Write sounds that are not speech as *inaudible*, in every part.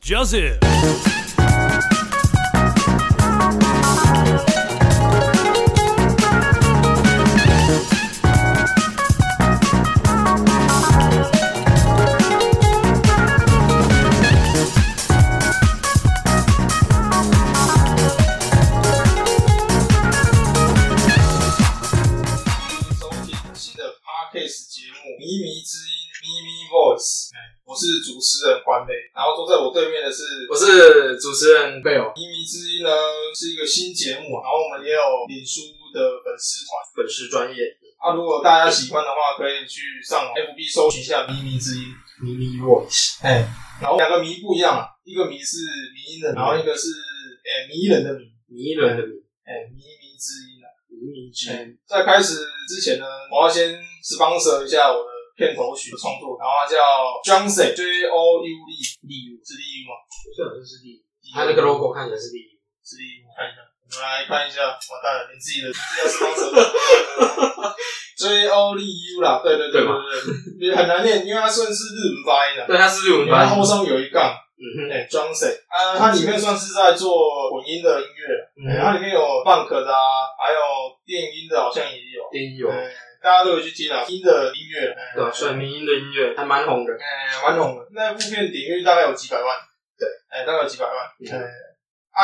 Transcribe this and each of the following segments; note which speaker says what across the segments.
Speaker 1: Joseph。
Speaker 2: 收听新的 podcast 节目《咪咪之音》咪咪 Voice，我
Speaker 3: 哎
Speaker 2: 是主持人关磊，然后坐在我对面的是
Speaker 3: 我是主持人贝尔，
Speaker 2: 咪咪之音呢，是一个新节目，然后我们也有脸书的粉丝团
Speaker 3: 粉丝专业
Speaker 2: 啊，如果大家喜欢的话，可以去上网 FB 搜寻一下咪咪之音，
Speaker 3: 咪咪 voice，
Speaker 2: 哎，然后两个迷不一样啊，一个迷是迷音的，然后一个是哎迷人的迷，
Speaker 3: 迷人的迷，
Speaker 2: 哎咪咪之音啊。
Speaker 3: 迷迷之
Speaker 2: 嗯，在开始之前呢，我要先 sponsor 一下我的片头曲的创作，然后它叫 Johnson J O U E，利物是利物吗？
Speaker 3: 这好像是第一，他那个 logo 看起来是第一，
Speaker 2: E，是利物，我看一下，我们来看一下，完蛋了，连自己的
Speaker 3: *laughs*
Speaker 2: 资料 sponsor。J O L E U 啦，对对对
Speaker 3: 对吗
Speaker 2: 对对，很难念，因为它算是日文发音的，啊
Speaker 3: 对，他是日文
Speaker 2: 因为它
Speaker 3: 版，
Speaker 2: 后上有一杠，
Speaker 3: 嗯
Speaker 2: 哎，Johnson，啊，它里面算是在做混音的音乐，
Speaker 3: 嗯哼，
Speaker 2: 哎
Speaker 3: 然
Speaker 2: 它
Speaker 3: 后
Speaker 2: 里面有 funk 的啊，还有电音的，好像也有，
Speaker 3: 电音有，
Speaker 2: 哎大家都有去听啊，听的音乐，哎
Speaker 3: 对啊，所以民音的音乐还蛮红的，
Speaker 2: 哎，蛮红的。那部片点阅大概有几百万，
Speaker 3: 嗯对，
Speaker 2: 哎，大概有几百万。
Speaker 3: 嗯
Speaker 2: 哎，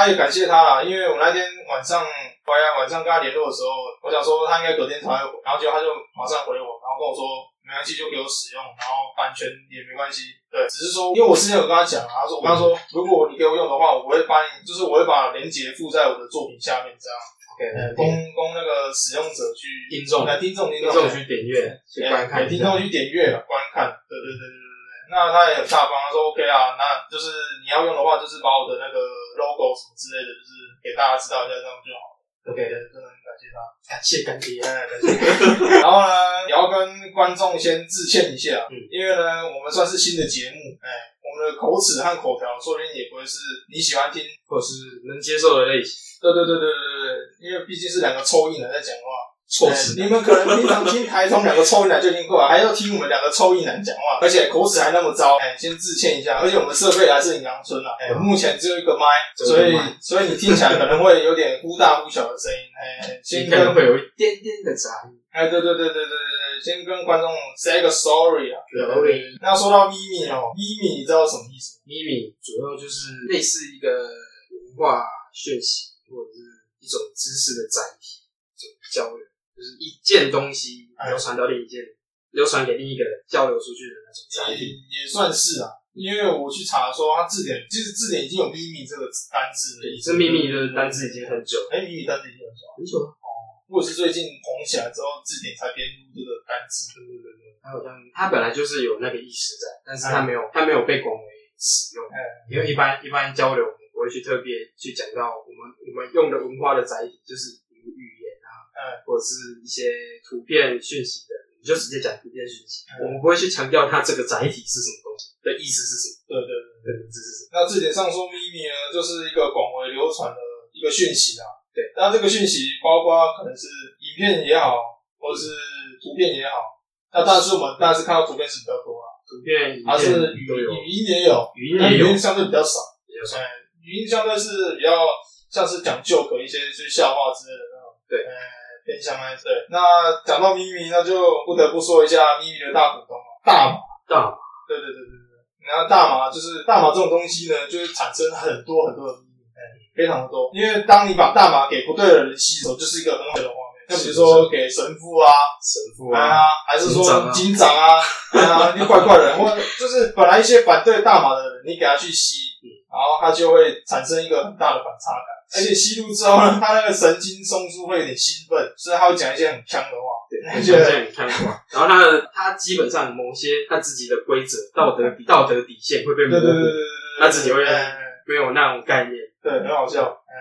Speaker 2: 啊，也感谢他啦，因为我那天晚上回来，晚上跟他联络的时候，我想说他应该隔天才会回，然后结果他就马上回我，然后跟我说没关系，就给我使用，然后版权也没关系。对，只是说，因为我之前有跟他讲啊，他说我跟他
Speaker 3: 嗯
Speaker 2: 说，如果你给我用的话，我会把你，就是我会把链接附在我的作品下面，这样，呃，供
Speaker 3: 供
Speaker 2: 供那个使用者去
Speaker 3: 嗯听众
Speaker 2: 来听众听
Speaker 3: 听众
Speaker 2: 众
Speaker 3: 去点阅去
Speaker 2: 哎
Speaker 3: 观看
Speaker 2: 给
Speaker 3: 一
Speaker 2: 听
Speaker 3: 下，
Speaker 2: 众去点阅观看，对对对对对对。那他也很大方，他说 OK 啊，那就是你要用的话，就是把我的那个 logo 什么之类的，就是给大家知道一下，这样就好了。
Speaker 3: OK
Speaker 2: 对真的很感谢他。
Speaker 3: 感谢干爹，
Speaker 2: 哎，感谢。然后呢，也要跟观众先致歉一下，
Speaker 3: 嗯
Speaker 2: 因为呢，我们算是新的节目，哎，我们的口齿和口条，说不定也不会是你喜欢听。
Speaker 3: 或是能接受的类型，
Speaker 2: 对对对对对对对，因为毕竟是两个抽一男在讲话。
Speaker 3: 措
Speaker 2: 哎
Speaker 3: 辞
Speaker 2: 你们可能平常听台中两个臭一男就听过了，还要听我们两个臭一男讲话，而且口齿还那么糟，哎、先致歉一下。而且我们设备还是很阳春啦，哎、
Speaker 3: 嗯
Speaker 2: 目前只有一个麦，
Speaker 3: 只有
Speaker 2: 所
Speaker 3: 一
Speaker 2: 以
Speaker 3: 个麦
Speaker 2: 所以你听起来可能会有点忽大忽小的声音，哎、先
Speaker 3: 你
Speaker 2: 跟
Speaker 3: 可能会有一点点的杂音，
Speaker 2: 哎、对对对对对对对，先跟观众 say 个 sorry 啊。
Speaker 3: 对。
Speaker 2: 那说到咪咪哦，咪咪你知道什么意思吗？
Speaker 3: 咪咪主要就是类似一个文化讯息或者是一种知识的载体，一种交流，就是一件东西
Speaker 2: 哎
Speaker 3: 流传到另一件，流传给另一个人交流出去的那种载体。
Speaker 2: 也也算是啊，因为我去查说它字典，其实字典已经有咪咪这个单字了，已
Speaker 3: 这
Speaker 2: 经
Speaker 3: 秘密的单字已经很久了，
Speaker 2: 哎，咪咪单字已经有什么？
Speaker 3: 很久了。
Speaker 2: 或者是最近红起来之后，字典才编入这个单词。对对对对。
Speaker 3: 它好像它本来就是有那个意识在，但是它没有
Speaker 2: 嗯
Speaker 3: 它没有被广为使用
Speaker 2: 哎，
Speaker 3: 因为一般一般交流我们不会去特别去讲到我们我们用的文化的载体，就是比如语言啊，
Speaker 2: 嗯
Speaker 3: 或者是一些图片讯息的，我们就直接讲图片讯息，
Speaker 2: 嗯
Speaker 3: 我们不会去强调它这个载体是什么东西的意思是什么，
Speaker 2: 对对对。
Speaker 3: 对，这是什么，
Speaker 2: 那字典上说咪咪呢，就是一个广为流传的一个讯息啊。
Speaker 3: 对。
Speaker 2: 那这个讯息包括可能是影片也好，或者是图片也好。那但是我们当然是看到图片是比较多啊，
Speaker 3: 图片、影
Speaker 2: 它是
Speaker 3: 片
Speaker 2: 语
Speaker 3: 都有，
Speaker 2: 语音也有，
Speaker 3: 语音
Speaker 2: 那
Speaker 3: 也
Speaker 2: 语
Speaker 3: 有，
Speaker 2: 音相对比较少。
Speaker 3: 也有什么
Speaker 2: 哎，语音相对是比较像是讲旧梗一些，就是笑话之类的那种。
Speaker 3: 对
Speaker 2: 哎，偏向那一对。那讲到咪咪，那就不得不说一下咪咪的大股东了，大马。
Speaker 3: 大麻
Speaker 2: 对对对对对。然后大麻就是大麻这种东西呢，就会产生很多很多的咪咪，哎，非常的多。因为当你把大麻给不对的人吸走，就是一个很好的画面。那比如说给神父啊，
Speaker 3: 神父啊，
Speaker 2: 啊，还是
Speaker 3: 警长
Speaker 2: 说
Speaker 3: 啊
Speaker 2: 警长啊，啊，那怪怪的人，或者就是本来一些反对大麻的人，你给他去吸，然后他就会产生一个很大的反差感，而且吸入之后呢，他那个神经松疏会有点兴奋，所以他会讲一些很呛的话，
Speaker 3: 对，
Speaker 2: 哎
Speaker 3: 很像这样看过来。然后他的他基本上某些他自己的规则、道德底道德底线会被模
Speaker 2: 对对对对
Speaker 3: 糊，
Speaker 2: 对对，
Speaker 3: 他自己会
Speaker 2: 哎
Speaker 3: 没有那种概念。
Speaker 2: 对，很好笑。嗯，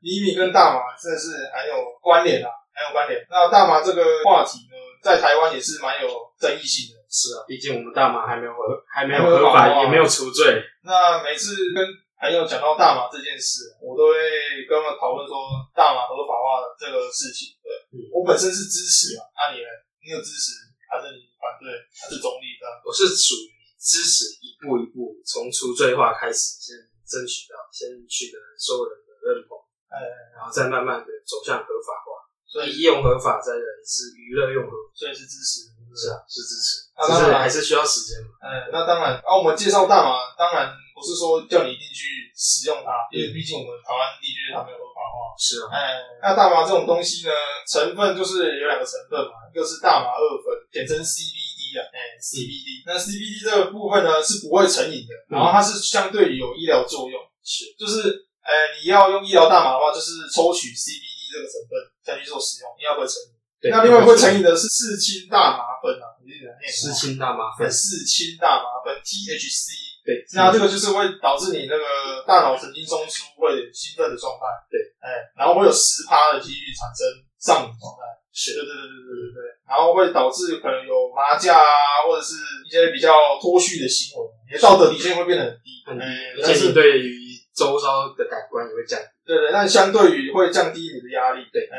Speaker 2: 厘米跟大麻真的是很有关联啊，很有关联。那大麻这个话题呢，在台湾也是蛮有争议性的。
Speaker 3: 是啊，毕竟我们大麻还没有合，还没有
Speaker 2: 还没有
Speaker 3: 合
Speaker 2: 合法
Speaker 3: 法，也
Speaker 2: 化
Speaker 3: 没有除罪。
Speaker 2: 那每次跟朋友讲到大麻这件事，我都会跟他们讨论说大麻合法化的这个事情。对、
Speaker 3: 嗯
Speaker 2: 我本身是啊支持嘛，那、你呢？你有支持还是你反对还是中立这样？啊
Speaker 3: 我是属于支持一步一步从除罪化开始，先争取到，先取得所有人的认同，
Speaker 2: 哎
Speaker 3: 然后再慢慢的走向合法化。
Speaker 2: 所以
Speaker 3: 医用合法，再来是娱乐用合法，
Speaker 2: 所以是支持的，
Speaker 3: 是啊，是支持，
Speaker 2: 啊
Speaker 3: 只
Speaker 2: 当
Speaker 3: 是
Speaker 2: 然
Speaker 3: 还是需要时间嘛。
Speaker 2: 嗯，那当然，啊，我们介绍大麻，当然不是说叫你一定去使用它，因为毕竟我们台湾地区它没有合法化。
Speaker 3: 是啊，
Speaker 2: 哎，那大麻这种东西呢，成分就是有两个成分嘛，一个是大麻二酚，简称 CBD 啊，哎，CBD。那 CBD 这个部分呢是不会成瘾的，
Speaker 3: 嗯
Speaker 2: 然后它是相对于有医疗作用，
Speaker 3: 是
Speaker 2: 就是呃你要用医疗大麻的话，就是抽取 CBD 这个成分再去做使用，你要不会成瘾。
Speaker 3: 对。
Speaker 2: 那另外会成瘾的是四氢大麻酚啊，你记得念
Speaker 3: 是清大麻
Speaker 2: 很
Speaker 3: 烦，
Speaker 2: 四氢大麻酚 THC。
Speaker 3: 对，
Speaker 2: 那这个就是会导致你那个大脑神经中枢会有兴奋的状态，
Speaker 3: 对，
Speaker 2: 哎、然后会有十趴的几率产生上瘾状态，是，对对对对对对对，然后会导致可能有麻将啊，或者是一些比较脱序的行为，你的道德底线会变得很低，
Speaker 3: 很低而
Speaker 2: 哎
Speaker 3: 且
Speaker 2: 但是
Speaker 3: 你对于周遭的感官也会降低。
Speaker 2: 对对，但相对于会降低你的压力，
Speaker 3: 对
Speaker 2: 呃，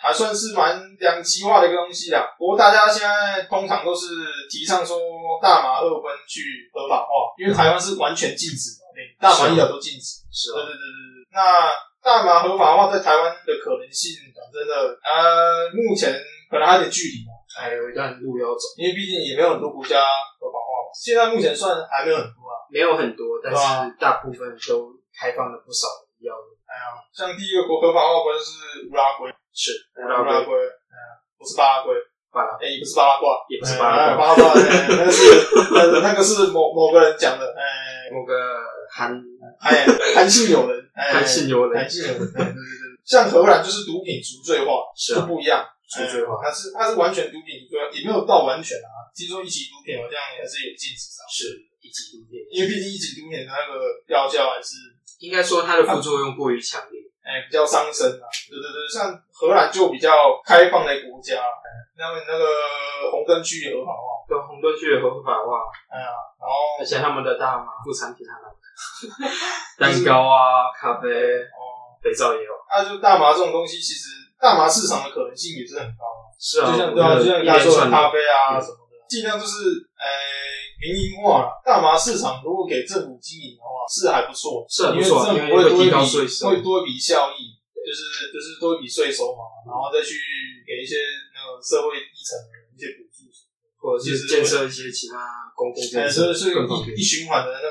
Speaker 2: 还算是蛮两极化的一个东西啦。不过大家现在通常都是提倡说大麻二酚去合法化，因为台湾是完全禁止嘛，连大麻医疗都禁止。
Speaker 3: 是
Speaker 2: 对
Speaker 3: 啊，
Speaker 2: 对对对对，那大麻合法化在台湾的可能性，讲真的，呃，目前可能还有点距离嘛，
Speaker 3: 还有一段路要走，
Speaker 2: 因为毕竟也没有很多国家合法化嘛。现在目前算还没有很多啊。
Speaker 3: 没有很多，但
Speaker 2: 对啊
Speaker 3: 是大部分都开放了不少医药的
Speaker 2: 哎呀，像第一个国合法化国家就是乌拉圭，
Speaker 3: 是乌
Speaker 2: 乌
Speaker 3: 拉
Speaker 2: 拉
Speaker 3: 圭、
Speaker 2: 圭，哎呀，不是巴拉圭。
Speaker 3: 巴拉，
Speaker 2: 哎、也不是八拉卦，
Speaker 3: 也不是巴拉
Speaker 2: 哎巴拉卦，哎那个是那个那个是某某个人讲的，哎、
Speaker 3: 某个韩
Speaker 2: 哎，韩信友人，哎
Speaker 3: 韩信友
Speaker 2: 韩
Speaker 3: 人
Speaker 2: 信
Speaker 3: *laughs*
Speaker 2: 友人，对对对对，像荷兰就是毒品除罪化，
Speaker 3: 是
Speaker 2: 就
Speaker 3: 啊，
Speaker 2: 不一样，
Speaker 3: 除罪化
Speaker 2: 哎它是它是完全毒品除罪化，也没有到完全啊，听说一级毒品好像也是有禁止的，
Speaker 3: 是一级毒品，
Speaker 2: 因为毕竟一级毒品的那个药效还是
Speaker 3: 应该说它的副作用过于强烈，
Speaker 2: 哎、比较伤身啊。对对对，像荷兰就比较开放的国家，哎、那么那个红灯区也合法化，
Speaker 3: 对红灯区的合法化，
Speaker 2: 哎呀、然后。
Speaker 3: 而且他们的大麻副产品还蛮多，
Speaker 2: *laughs*
Speaker 3: 蛋糕啊、咖啡、肥皂也有，
Speaker 2: 啊，就大麻这种东西，其实大麻市场的可能性也是很高啊，
Speaker 3: 是啊，
Speaker 2: 就像
Speaker 3: 我
Speaker 2: 对啊，
Speaker 3: 觉得
Speaker 2: 就像
Speaker 3: 一
Speaker 2: 你刚
Speaker 3: 连
Speaker 2: 才说的
Speaker 3: 串的
Speaker 2: 咖啡啊
Speaker 3: 嗯
Speaker 2: 什么的，尽量就是呃民营化啦。大麻市场如果给政府经营的话，是还不错，
Speaker 3: 是很
Speaker 2: 因
Speaker 3: 不
Speaker 2: 为
Speaker 3: 错啊，
Speaker 2: 政
Speaker 3: 因
Speaker 2: 府会
Speaker 3: 为会
Speaker 2: 多一
Speaker 3: 提高
Speaker 2: 笔
Speaker 3: 税收，
Speaker 2: 会多一笔效益，就是就是多一笔税收嘛，然后再去给一些那个社会低层的人一些补助，
Speaker 3: 或者是建设一些其他公共
Speaker 2: 哎，
Speaker 3: 建
Speaker 2: 所
Speaker 3: 设
Speaker 2: 以是有
Speaker 3: 更方便
Speaker 2: 一一。循环的那个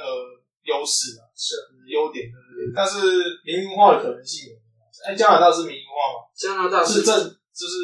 Speaker 2: 优势啊，
Speaker 3: 是
Speaker 2: 嗯优点，对对对。但是民营化的可能性也没有，哎，加拿大是民营化吗？
Speaker 3: 加拿大是
Speaker 2: 是政就是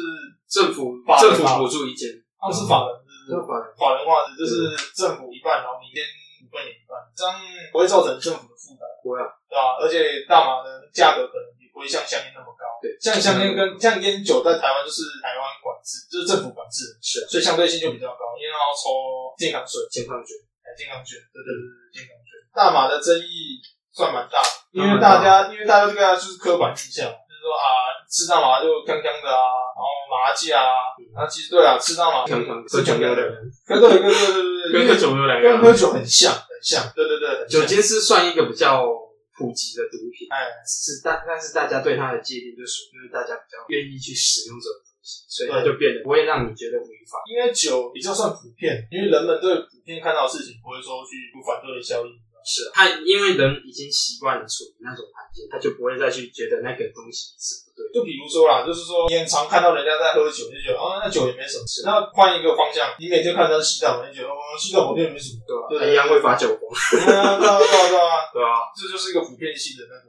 Speaker 3: 政府
Speaker 2: 法
Speaker 3: 政
Speaker 2: 人吧
Speaker 3: 府补助一间，
Speaker 2: 他们是法人，是
Speaker 3: 这
Speaker 2: 不
Speaker 3: 个
Speaker 2: 是
Speaker 3: 法人
Speaker 2: 法人化的，就是政府一半，然后民间股份也一半，这样不会造成政府的负担，
Speaker 3: 不会啊，
Speaker 2: 对吧？而且大麻的价格可能也不会像香烟那么高，
Speaker 3: 对
Speaker 2: 像香烟跟像烟酒在台湾就是台湾管制，就是政府管制，
Speaker 3: 是啊，
Speaker 2: 所以相对性就比较高，因为要抽健康税，
Speaker 3: 健康卷
Speaker 2: 哎，健康券，对对对对，健康券。大麻的争议算蛮大的，因为
Speaker 3: 当然
Speaker 2: 大家因为大家对它就是刻板印象，就是说啊，吃大麻就干干的啊，然后麻将啊，那其实对啊，吃大麻
Speaker 3: 康康
Speaker 2: 是
Speaker 3: 喝酒没
Speaker 2: 干干
Speaker 3: 有
Speaker 2: 的
Speaker 3: 两，个人，
Speaker 2: 跟对对对对对，
Speaker 3: 跟喝酒没有两个
Speaker 2: 跟喝
Speaker 3: 人啊。
Speaker 2: 酒很像，很像，对对对，很像
Speaker 3: 酒精是算一个比较普及的毒品，
Speaker 2: 哎，
Speaker 3: 只是大但是大家对它的界定就属于大家比较愿意去使用这种东西，所以它就变得不会让你觉得违法。
Speaker 2: 因为酒比较算普遍，因为人们对普遍看到的事情不会说去不反对的效应。
Speaker 3: 是啊，他因为人已经习惯了处于那种环境，他就不会再去觉得那个东西是不对的。
Speaker 2: 就比如说啦，就是说你很常看到人家在喝酒，你就觉得哦，那酒也没什么事。那换一个方向，你每天看到西藏，你就觉得哦，西藏好像也没什么。
Speaker 3: 对
Speaker 2: 对
Speaker 3: 吧？他一样会发酒疯，
Speaker 2: 对啊，对啊，对啊，对啊，
Speaker 3: 对吧？
Speaker 2: 这就是一个普遍性的那个，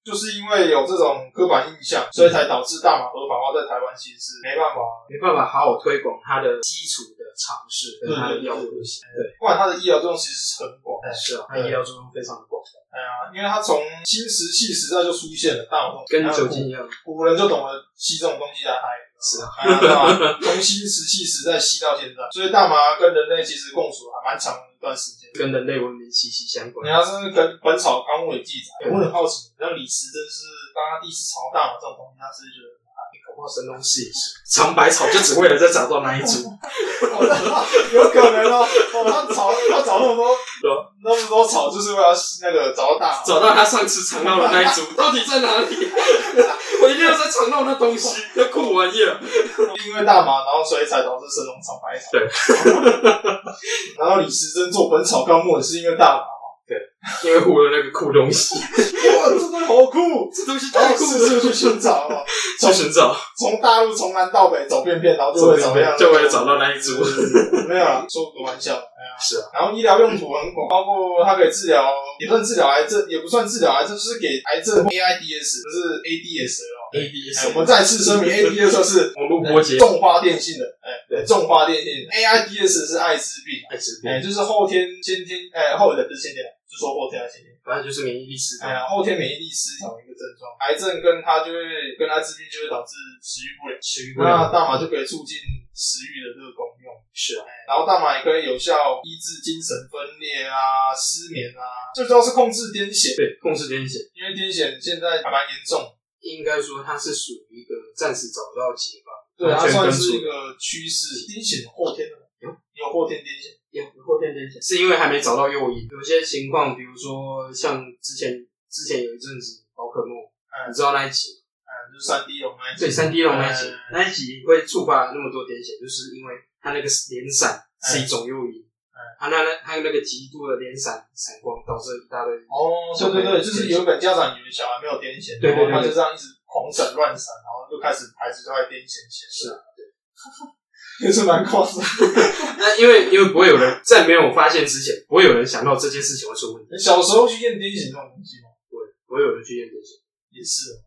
Speaker 2: 就是因为有这种刻板印象，所以才导致大麻合法化在台湾其实是没办法，
Speaker 3: 没办法好好推广它的基础的常识跟它的药物的行为。
Speaker 2: 不然它的医疗作用其实是很广。
Speaker 3: 对，是啊，它医疗作用非常的广，
Speaker 2: 哎呀，因为它从新石器时代就出现了大麻这种，
Speaker 3: 跟酒精一样。
Speaker 2: 古古人就懂得吸这种东西来嗨。
Speaker 3: 是啊，
Speaker 2: 哎呀，对吧？从新石器时代吸到现在，所以大麻跟人类其实共处还蛮长的一段时间。
Speaker 3: 跟人类文明息息相
Speaker 2: 你
Speaker 3: 关。
Speaker 2: 要是跟《本草
Speaker 3: *laughs*
Speaker 2: 纲目》也记载，我很好奇，那李时珍是当他第一次尝到大麻这种东西，他是觉得啊，可不
Speaker 3: 括神农氏也是，尝百草就只为了再找到那一株。
Speaker 2: 有可能哦，哦他找他找那么多
Speaker 3: 对
Speaker 2: 那么多草，就是为了那个找到大麻。
Speaker 3: 找到他上次尝到的那一株，到底在哪里？ *laughs* 我一定要再尝到那东西，那酷玩意儿。
Speaker 2: 因为大麻，然后所以才导致神农尝百草。
Speaker 3: 对。
Speaker 2: *laughs* 然后李时珍做《本草纲目》也是因为大麻。
Speaker 3: 因为护了那个酷东西，
Speaker 2: 哇，这真的好酷！
Speaker 3: 这东西
Speaker 2: 然
Speaker 3: 太
Speaker 2: 后
Speaker 3: 酷
Speaker 2: 四
Speaker 3: 了，
Speaker 2: 处去寻找哦，
Speaker 3: 去寻找，
Speaker 2: 从大陆从南到北走遍遍，然后就会找样，
Speaker 3: 就为了找到那一株。
Speaker 2: 没有啦，说个玩笑。哎呀
Speaker 3: 是啊，
Speaker 2: 然后医疗用途很广，包括它可以治疗，也不算治疗癌症，也不算治疗癌症，就是给癌症 AIDS，不是 ADS 哦。哎，
Speaker 3: ADS
Speaker 2: 我们再次声明，ADS 是
Speaker 3: 网络波节
Speaker 2: 重花电信的，哎，对，重花电信，AIDS 是艾滋病，
Speaker 3: 艾滋病
Speaker 2: 哎，，就是后天先天，哎，后的不是先天，就说后天还是先天，
Speaker 3: 反正就是免疫力失调。
Speaker 2: 哎呀，后天免疫力失调的一个症状，癌症跟它就会跟艾滋病就会导致食欲不良，
Speaker 3: 食欲不
Speaker 2: 那
Speaker 3: 良
Speaker 2: 大麻就可以促进食欲的这个功用。哎
Speaker 3: 是啊，
Speaker 2: 然后大麻也可以有效抑制精神分裂啊、失眠啊，最主要是控制癫痫，
Speaker 3: 对，控制癫痫，
Speaker 2: 因为癫痫现在还蛮严重，
Speaker 3: 应该说它是属于一个暂时找不到解法，
Speaker 2: 对，它
Speaker 3: 完全
Speaker 2: 算
Speaker 3: 根
Speaker 2: 是一
Speaker 3: 除。
Speaker 2: 个趋势。癫痫后天的吗，有后天癫痫，
Speaker 3: 也后天癫痫，是因为还没找到诱因。有些情况，比如说像之前之前有一阵子宝可梦，
Speaker 2: 嗯
Speaker 3: 你知道那一集吗？
Speaker 2: 嗯，就是三 D 龙那一
Speaker 3: 对，
Speaker 2: 集，
Speaker 3: 三 D 龙那一集
Speaker 2: 嗯，
Speaker 3: 那一集会触发那么多癫痫，就是因为它那个连闪
Speaker 2: 嗯
Speaker 3: 是一种诱因，它那那它那个极度的连闪闪光导致一大堆，
Speaker 2: 哦，对对对，就是有一本家长有的小孩没有癫痫，
Speaker 3: 对对对
Speaker 2: 然后他就这样一直狂闪乱闪，然后就开始排除他的癫痫显
Speaker 3: 是
Speaker 2: 示，对，也是蛮夸张。
Speaker 3: 那因为因为不会有人在没有发现之前，不会有人想到这件事情会出问题，
Speaker 2: 小时候去验癫痫这种东西吗？
Speaker 3: 不会有人去验癫痫。
Speaker 2: 也是，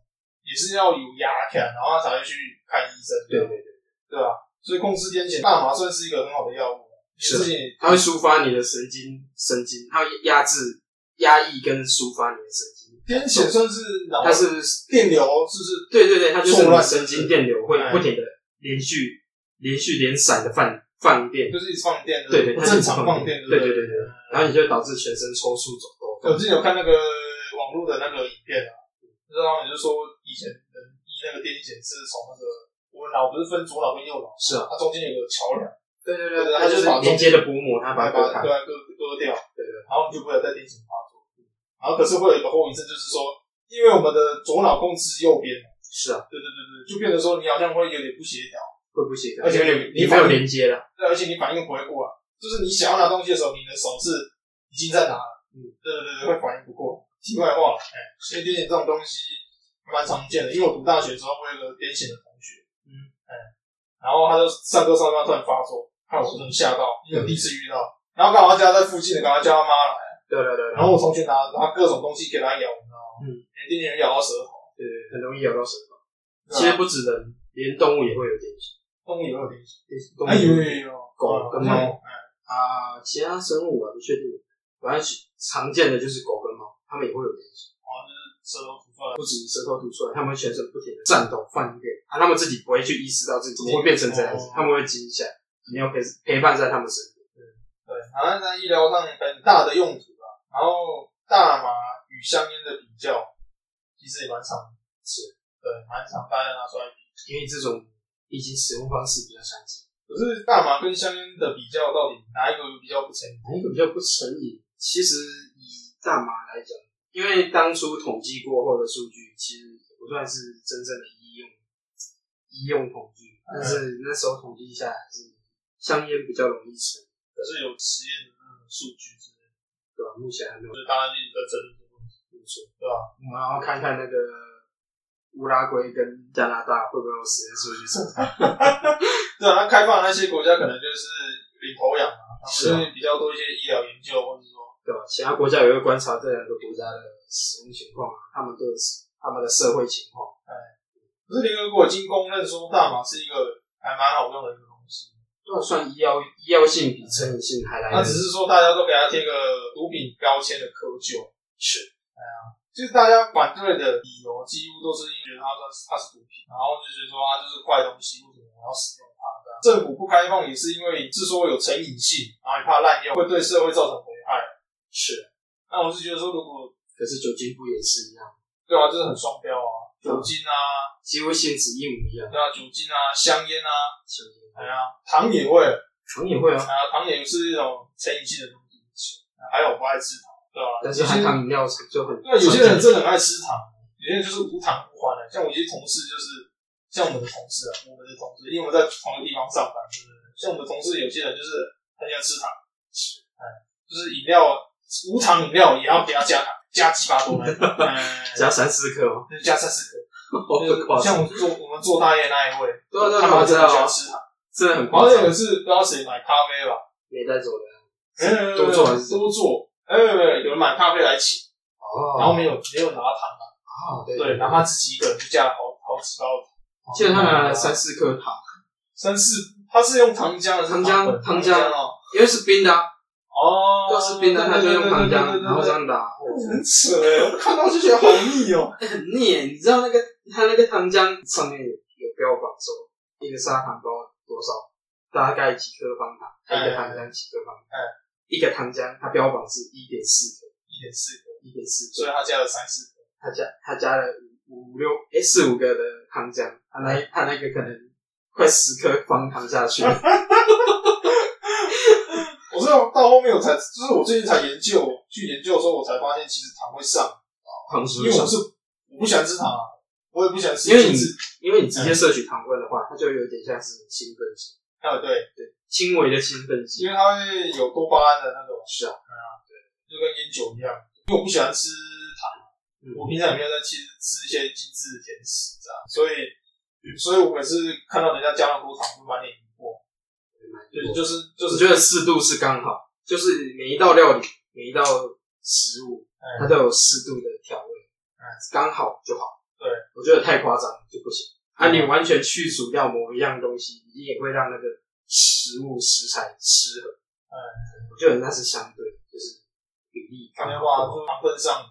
Speaker 2: 也是要有牙条，然后他才会去看医生。
Speaker 3: 对对对，
Speaker 2: 对啊，所以控制癫痫，大麻算是一个很好的药物。
Speaker 3: 是啊
Speaker 2: 自己
Speaker 3: 它会抒发你的神经神经，它会压制压抑跟抒发你的神经，
Speaker 2: 癫痫算是脑
Speaker 3: 它是
Speaker 2: 电流，是
Speaker 3: 对对对，它就是哎
Speaker 2: 错
Speaker 3: 你的
Speaker 2: 乱
Speaker 3: 神经电流会不停的连续连续连闪的放放电
Speaker 2: 不是，就是一直放电？
Speaker 3: 对对，它
Speaker 2: 不
Speaker 3: 是
Speaker 2: 正常放电，
Speaker 3: 对
Speaker 2: 不
Speaker 3: 对
Speaker 2: 对
Speaker 3: 对对，然后你就会导致全身抽搐、走
Speaker 2: 对我
Speaker 3: 抖。
Speaker 2: 之前有看那个网络的那个影片啊，就是他们就说以前人医那个癫痫是从那个我们脑不是分左脑跟右脑，
Speaker 3: 是啊，
Speaker 2: 它中间有个桥梁，
Speaker 3: 对对
Speaker 2: 对对
Speaker 3: 它就
Speaker 2: 它就是把
Speaker 3: 是连接的薄膜，它把它割开。
Speaker 2: 对啊割割掉，
Speaker 3: 对对，
Speaker 2: 然后你就不会有再癫痫发作。然后可是会有一个后遗症，就是说，因为我们的左脑控制右边嘛，
Speaker 3: 是啊，
Speaker 2: 对对对对，就变得说你好像会有点不协调，
Speaker 3: 会不行，
Speaker 2: 而且你
Speaker 3: 你你没有连接了，
Speaker 2: 对，而且你反应不会过来，就是你想要拿东西的时候，你的手是已经在拿了，嗯，对对对，会反应不过。题外话了，哎、所以癫痫这种东西蛮常见的，因为我读大学的时候，我有个癫痫的同学，嗯，哎、然后他就上课上到一半突然发作，看我真的吓到，因为我第一次遇到，然后刚好他家在附近的，赶快叫他妈来，
Speaker 3: 对对对，
Speaker 2: 然后我同学拿拿各种东西给他咬，你知道吗？
Speaker 3: 嗯，
Speaker 2: 癫痫咬到舌头，
Speaker 3: 对对，很容易咬到舌头。
Speaker 2: 对啊
Speaker 3: 其实不止人，连动物也会有癫痫。
Speaker 2: 动物也会有癫痫，
Speaker 3: 动物
Speaker 2: 哎有有有，
Speaker 3: 狗跟
Speaker 2: 跟猫，
Speaker 3: 猫啊，其他生物我还不确定，反正常见的就是狗跟猫，它们也会有癫痫。
Speaker 2: 舌头吐出来，
Speaker 3: 不止舌头吐出来，他们会全身不停的颤抖、放电，啊，他们自己不会去意识到自己怎么会变成这样子
Speaker 2: 哦，
Speaker 3: 他们会惊吓，你要陪陪伴在他们身边。
Speaker 2: 对，然后在医疗上很大的用途啊。然后大麻与香烟的比较，其实也蛮常是，对，蛮常大家拿出来比。
Speaker 3: 因为这种毕竟使用方式比较相近，
Speaker 2: 可是大麻跟香烟的比较，到底哪一个比较不成瘾？
Speaker 3: 哪一个比较不成瘾？其实以大麻来讲，因为当初统计过后的数据，其实也不算是真正的医用医用统计，但是那时候统计下来是香烟比较容易成瘾，
Speaker 2: 可是有实验的那种数据之类的，
Speaker 3: 对吧？目前还没有
Speaker 2: 就是大家一直在争论这个问题，
Speaker 3: 没错，
Speaker 2: 对吧？
Speaker 3: 我们要看看那个乌拉圭跟加拿大会不会有实验数据出来。
Speaker 2: *laughs* 对啊，那开放的那些国家可能就是领头羊嘛，他
Speaker 3: 是啊
Speaker 2: 们就是比较多一些医疗研究，或者说
Speaker 3: 对吧？其他国家也会观察这两个国家的使用情况啊，他们对他们的社会情况。
Speaker 2: 可是联合国已经公认说大麻是一个还蛮好用的一个东西，
Speaker 3: 就算医药医药性比成瘾性还来
Speaker 2: 那
Speaker 3: 得
Speaker 2: 啊只是说大家都给它贴个毒品标签的窠臼，
Speaker 3: 是
Speaker 2: 哎就是大家反对的理由几乎都是因为它它是它是毒品，然后就觉得说它就是坏东西，为什么我要使用它？这样政府不开放也是因为是说有成瘾性，然后你怕滥用会对社会造成危害。
Speaker 3: 是，
Speaker 2: 那我是觉得说，如果
Speaker 3: 可是酒精不也是一样？
Speaker 2: 对啊，就是很双标啊。酒精啊，
Speaker 3: 几乎性质一模一样
Speaker 2: 对。啊，酒精啊，香烟啊，
Speaker 3: 香烟
Speaker 2: 哎呀，糖也会
Speaker 3: 糖也会啊，
Speaker 2: 啊，糖也是一种成瘾性的东西，还有我不爱吃糖，对吧、
Speaker 3: 但是含糖饮料就很
Speaker 2: 对，啊有些人真的很爱吃糖，有些人就是无糖不欢的。像我一些同事就是，像我们的同事啊，我们的同事，因为我们在同一个地方上班，对不对？像我们的同事有些人就是很喜欢吃糖，哎，就是饮料无糖饮料也要给他加糖，加几把多呢，哎
Speaker 3: 加三四克嘛，
Speaker 2: 就加三四个。
Speaker 3: 哦好夸
Speaker 2: 像
Speaker 3: 张。
Speaker 2: 我做我们做大业那一位，
Speaker 3: 对 *laughs* 啊对
Speaker 2: 他
Speaker 3: 啊，
Speaker 2: 妈
Speaker 3: 我
Speaker 2: 就
Speaker 3: 知
Speaker 2: 很
Speaker 3: 道
Speaker 2: 喜
Speaker 3: 啊
Speaker 2: 欢，吃糖。
Speaker 3: 真的很
Speaker 2: 然
Speaker 3: 夸
Speaker 2: 后
Speaker 3: 张
Speaker 2: 有。一次不知道谁买咖啡吧，
Speaker 3: 没带走的
Speaker 2: 哎
Speaker 3: 多做还是
Speaker 2: 多做，哎，有人买咖啡来请，
Speaker 3: 哦
Speaker 2: 然后没有没有拿糖。
Speaker 3: 啊，对
Speaker 2: 对，然后他自己一个人就加了好好几包糖。
Speaker 3: 记得他拿了三四颗糖，
Speaker 2: 三四，他是用糖浆还是
Speaker 3: 糖
Speaker 2: 浆
Speaker 3: 浆糖
Speaker 2: 糖
Speaker 3: 浆
Speaker 2: 哦，
Speaker 3: 因为是冰的啊，
Speaker 2: 哦，
Speaker 3: 都是冰的，他就用糖浆，然后这
Speaker 2: 样
Speaker 3: 样打。哦
Speaker 2: 很扯哎，我看到就觉得好腻哦。
Speaker 3: 很腻，你知道那个它那个糖浆上面有有标榜说一个砂糖包多少，大概几颗方糖，一个糖浆几颗方糖，
Speaker 2: 哎
Speaker 3: 一个糖浆它标榜是一点四克，
Speaker 2: 一点四个，
Speaker 3: 一点四
Speaker 2: 所
Speaker 3: 克，
Speaker 2: 以他加了三四个，
Speaker 3: 它加它加了五五六哎四五个的糖浆，它那一它那个可能快十颗方糖下去，
Speaker 2: 我是到后面我才，就是我最近才研究去研究的时候，我才发现其实糖会上，
Speaker 3: 糖
Speaker 2: 因
Speaker 3: 是
Speaker 2: 为我
Speaker 3: 上，
Speaker 2: 是我不喜欢吃糖啊，我也不喜欢吃
Speaker 3: 因为
Speaker 2: 精
Speaker 3: 你
Speaker 2: 致，
Speaker 3: 因为你直接摄取糖分的话，它就有点像是兴奋剂，
Speaker 2: 啊对，
Speaker 3: 轻微的兴奋剂
Speaker 2: 因，为它会有多巴胺的那种，
Speaker 3: 是啊，
Speaker 2: 就跟烟酒一样，因为我不喜欢吃糖。
Speaker 3: 嗯
Speaker 2: 我平常也没有在吃吃一些精致的甜食这样，所以嗯所以我每次看到人家加那么多糖，就满脸疑惑，就就是就
Speaker 3: 我
Speaker 2: 是
Speaker 3: 觉得适度是刚好，就是每一道料理、每一道食物，它
Speaker 2: 嗯
Speaker 3: 都有适度的调味，
Speaker 2: 嗯
Speaker 3: 刚好就好。
Speaker 2: 对，
Speaker 3: 我觉得太夸张就不行。啊，
Speaker 2: 嗯
Speaker 3: 你完全去除掉某一样东西，你也会让那个食物食材失衡。
Speaker 2: 嗯，
Speaker 3: 我觉得那是相对，就是比例刚
Speaker 2: 没
Speaker 3: 好
Speaker 2: 话
Speaker 3: 就好。
Speaker 2: 就糖分上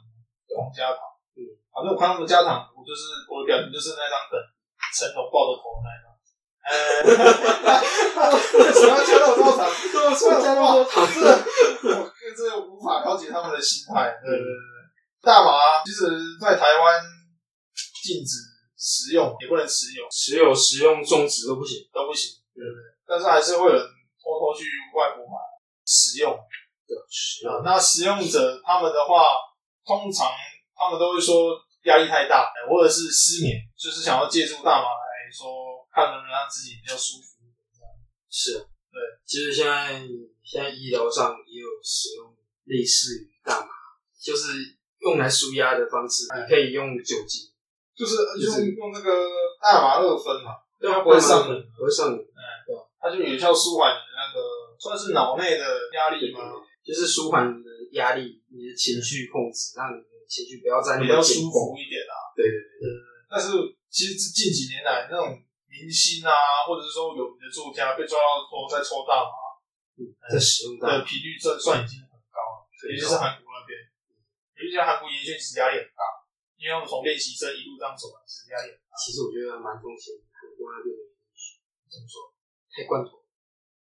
Speaker 2: 狂加糖，
Speaker 3: 嗯
Speaker 2: 反正我看他们加糖，我就是我的表情就是那张梗，成龙抱着头的那一张，呃，为什么要加那么多糖？
Speaker 3: *laughs* 说加那么多糖 *laughs*
Speaker 2: 这我这个无法了解他们的心态。对对对对，大麻其实在台湾禁止食用，也不能持有。
Speaker 3: 持有、食用、种植都不行。
Speaker 2: 都不行，对不对？但是还是会有人偷偷去外国买食用。
Speaker 3: 对，食
Speaker 2: 啊，那食用者他们的话，通常他们都会说压力太大，哎或者是失眠，就是想要借助大麻来说，看能不能让自己比较舒服。
Speaker 3: 是啊，
Speaker 2: 对。
Speaker 3: 其实现在现在医疗上也有使用类似于大麻，就是用来舒压的方
Speaker 2: 哎
Speaker 3: 式，你可以用酒精，
Speaker 2: 就是
Speaker 3: 就是
Speaker 2: 用用那个大麻二酚嘛，
Speaker 3: 对
Speaker 2: 啊它不会上瘾，
Speaker 3: 不会上瘾，
Speaker 2: 它就有效舒缓你的那个算是脑内的压力嘛，
Speaker 3: 就是舒缓你的压力，你的情绪控制，让你的情绪不要再那
Speaker 2: 比
Speaker 3: 么
Speaker 2: 较
Speaker 3: 紧绷。
Speaker 2: 舒服一点啊。
Speaker 3: 对对对，
Speaker 2: 但是其实近几年来，那种明星啊，或者是说有名的作家被抓到说在抽大麻。
Speaker 3: 在使用大麻
Speaker 2: 的，频率算算已经很高了，尤其是韩国那边，尤其是韩国研究其实压力很大，因为他们从练习生一路这样走来，其实压力很大。
Speaker 3: 其实我觉得蛮风险的，韩国那边怎么说？太罐头，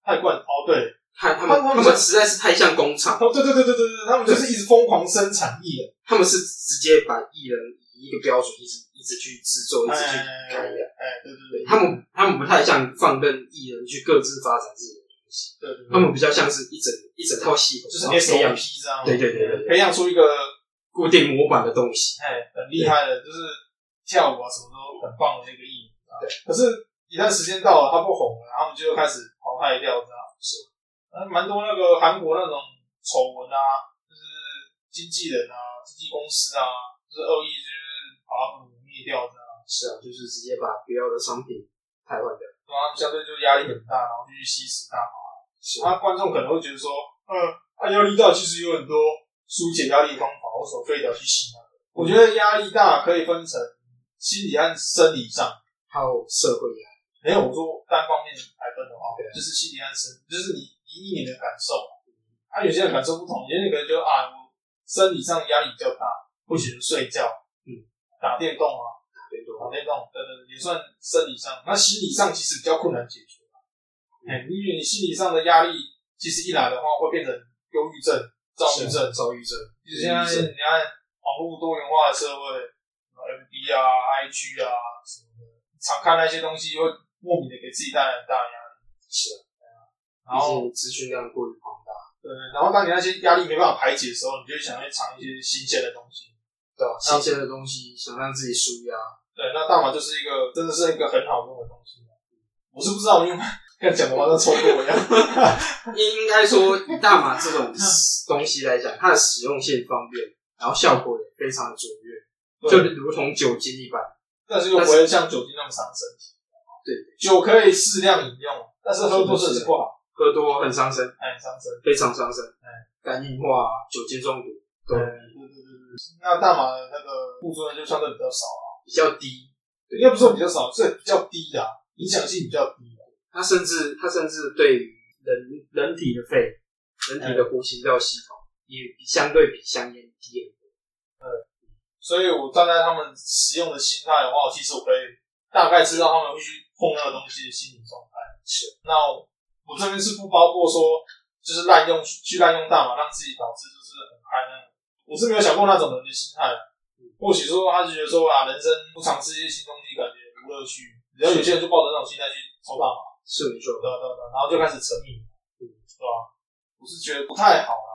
Speaker 2: 太惯哦，对，
Speaker 3: 他他
Speaker 2: 他
Speaker 3: 们
Speaker 2: 们
Speaker 3: 他们实在是太像工厂，
Speaker 2: 哦，对对对对对对，他们就是一直疯狂生产艺人，
Speaker 3: 他们是直接把艺人以一个标准一直一直去制作，一直去
Speaker 2: 哎
Speaker 3: 改良。
Speaker 2: 哎，对对对，
Speaker 3: 他们他们不太像放任艺人去各自发展自己的东西，
Speaker 2: 对对，
Speaker 3: 他们比较像是一整一整套系统，
Speaker 2: 就
Speaker 3: 然
Speaker 2: 是
Speaker 3: 后培养
Speaker 2: SOP 这样，
Speaker 3: 对对对对对
Speaker 2: 培养出一个
Speaker 3: 固定模板的东西。
Speaker 2: 哎很厉害的，就是跳舞啊什么都很棒的那个艺人，对，可是。一旦时间到了，他不红了，他们就开始淘汰掉，这样是，嗯，蛮多那个韩国那种丑闻啊，就是经纪人啊、经纪公司啊，就是恶意就是把他们灭掉这样，
Speaker 3: 是啊，就是直接把不要的商品汰换掉。
Speaker 2: 然后他们相对就压力很大，然后就去吸食大麻。
Speaker 3: 是啊，
Speaker 2: 那观众可能会觉得说，嗯，他压力大其实有很多疏解压力的方法，我所非得要去吸那个。我觉得压力大可以分成心理和生理上。
Speaker 3: 还有社会压力，
Speaker 2: 没有，我说单方面来分的话
Speaker 3: 对，啊
Speaker 2: 就是心理暗示，就是你以你的感受，啊，有些人感受不同，有些人可能就啊，我生理上压力比较大，不喜欢睡觉，
Speaker 3: 嗯，
Speaker 2: 打电动啊，
Speaker 3: 对对
Speaker 2: 打电动，对对对，也算生理上。那心理上其实比较困难解决啊，
Speaker 3: 嗯
Speaker 2: 哎、因为你心理上的压力，其实一来的话会变成忧郁症、躁郁
Speaker 3: 啊
Speaker 2: 症。
Speaker 3: 躁郁症，
Speaker 2: 其实现
Speaker 3: 抑
Speaker 2: 在
Speaker 3: 郁症
Speaker 2: 你看网络多元化的社会，呃 FB 啊、IG 啊什么的，常看那些东西，会莫名的给自己带来很大的压力。
Speaker 3: 是
Speaker 2: 啊，然后
Speaker 3: 毕竟资讯量过于庞大，
Speaker 2: 对，然后当你那些压力没办法排解的时候，你就想要尝一些新鲜的东西。
Speaker 3: 对啊吧？新鲜的东西想让自己舒压，
Speaker 2: 对，那大麻就是一个真的是一个很好用的东西。啊我是不知道，因为 *laughs* 要讲的话像抽过一
Speaker 3: *laughs*
Speaker 2: 样。
Speaker 3: 应应该说，以大麻这 *laughs* 种东西来讲，它的使用性方便，然后效果也非常的卓越，就
Speaker 2: 对，
Speaker 3: 如同酒精一般。
Speaker 2: 但是又不会像酒精那么伤身体。
Speaker 3: 对，
Speaker 2: 酒可以适量饮用，但是喝多真的是不好，
Speaker 3: 喝多很伤身，
Speaker 2: 哎，很伤身。
Speaker 3: 非常伤身，肝硬化、酒精中毒都
Speaker 2: 对对对对对。那大麻的那个副作用就相对比较少了，
Speaker 3: 比较低。
Speaker 2: 应该不是说比较少，是比较低的啊，影响性比较低的。
Speaker 3: 它甚至它甚至对于人人体的肺、人体的呼吸道系统也比相对比香烟低很多。
Speaker 2: 所以我站在他们使用的心态的话，我其实我可以大概知道他们会去碰那个东西的心理状态。
Speaker 3: 是，
Speaker 2: 那我我这边是不包括说就是滥用去滥用大麻，让自己导致就是很嗨那种。我是没有想过那种人的心态啊。或许说他就觉得说啊，人生不尝试一些新东西，感觉无乐趣。然后有些人就抱着那种心态去抽大麻。
Speaker 3: 是没错
Speaker 2: 对。啊对啊对啊，然后就开始沉迷，嗯，对吧、我是觉得不太好啦。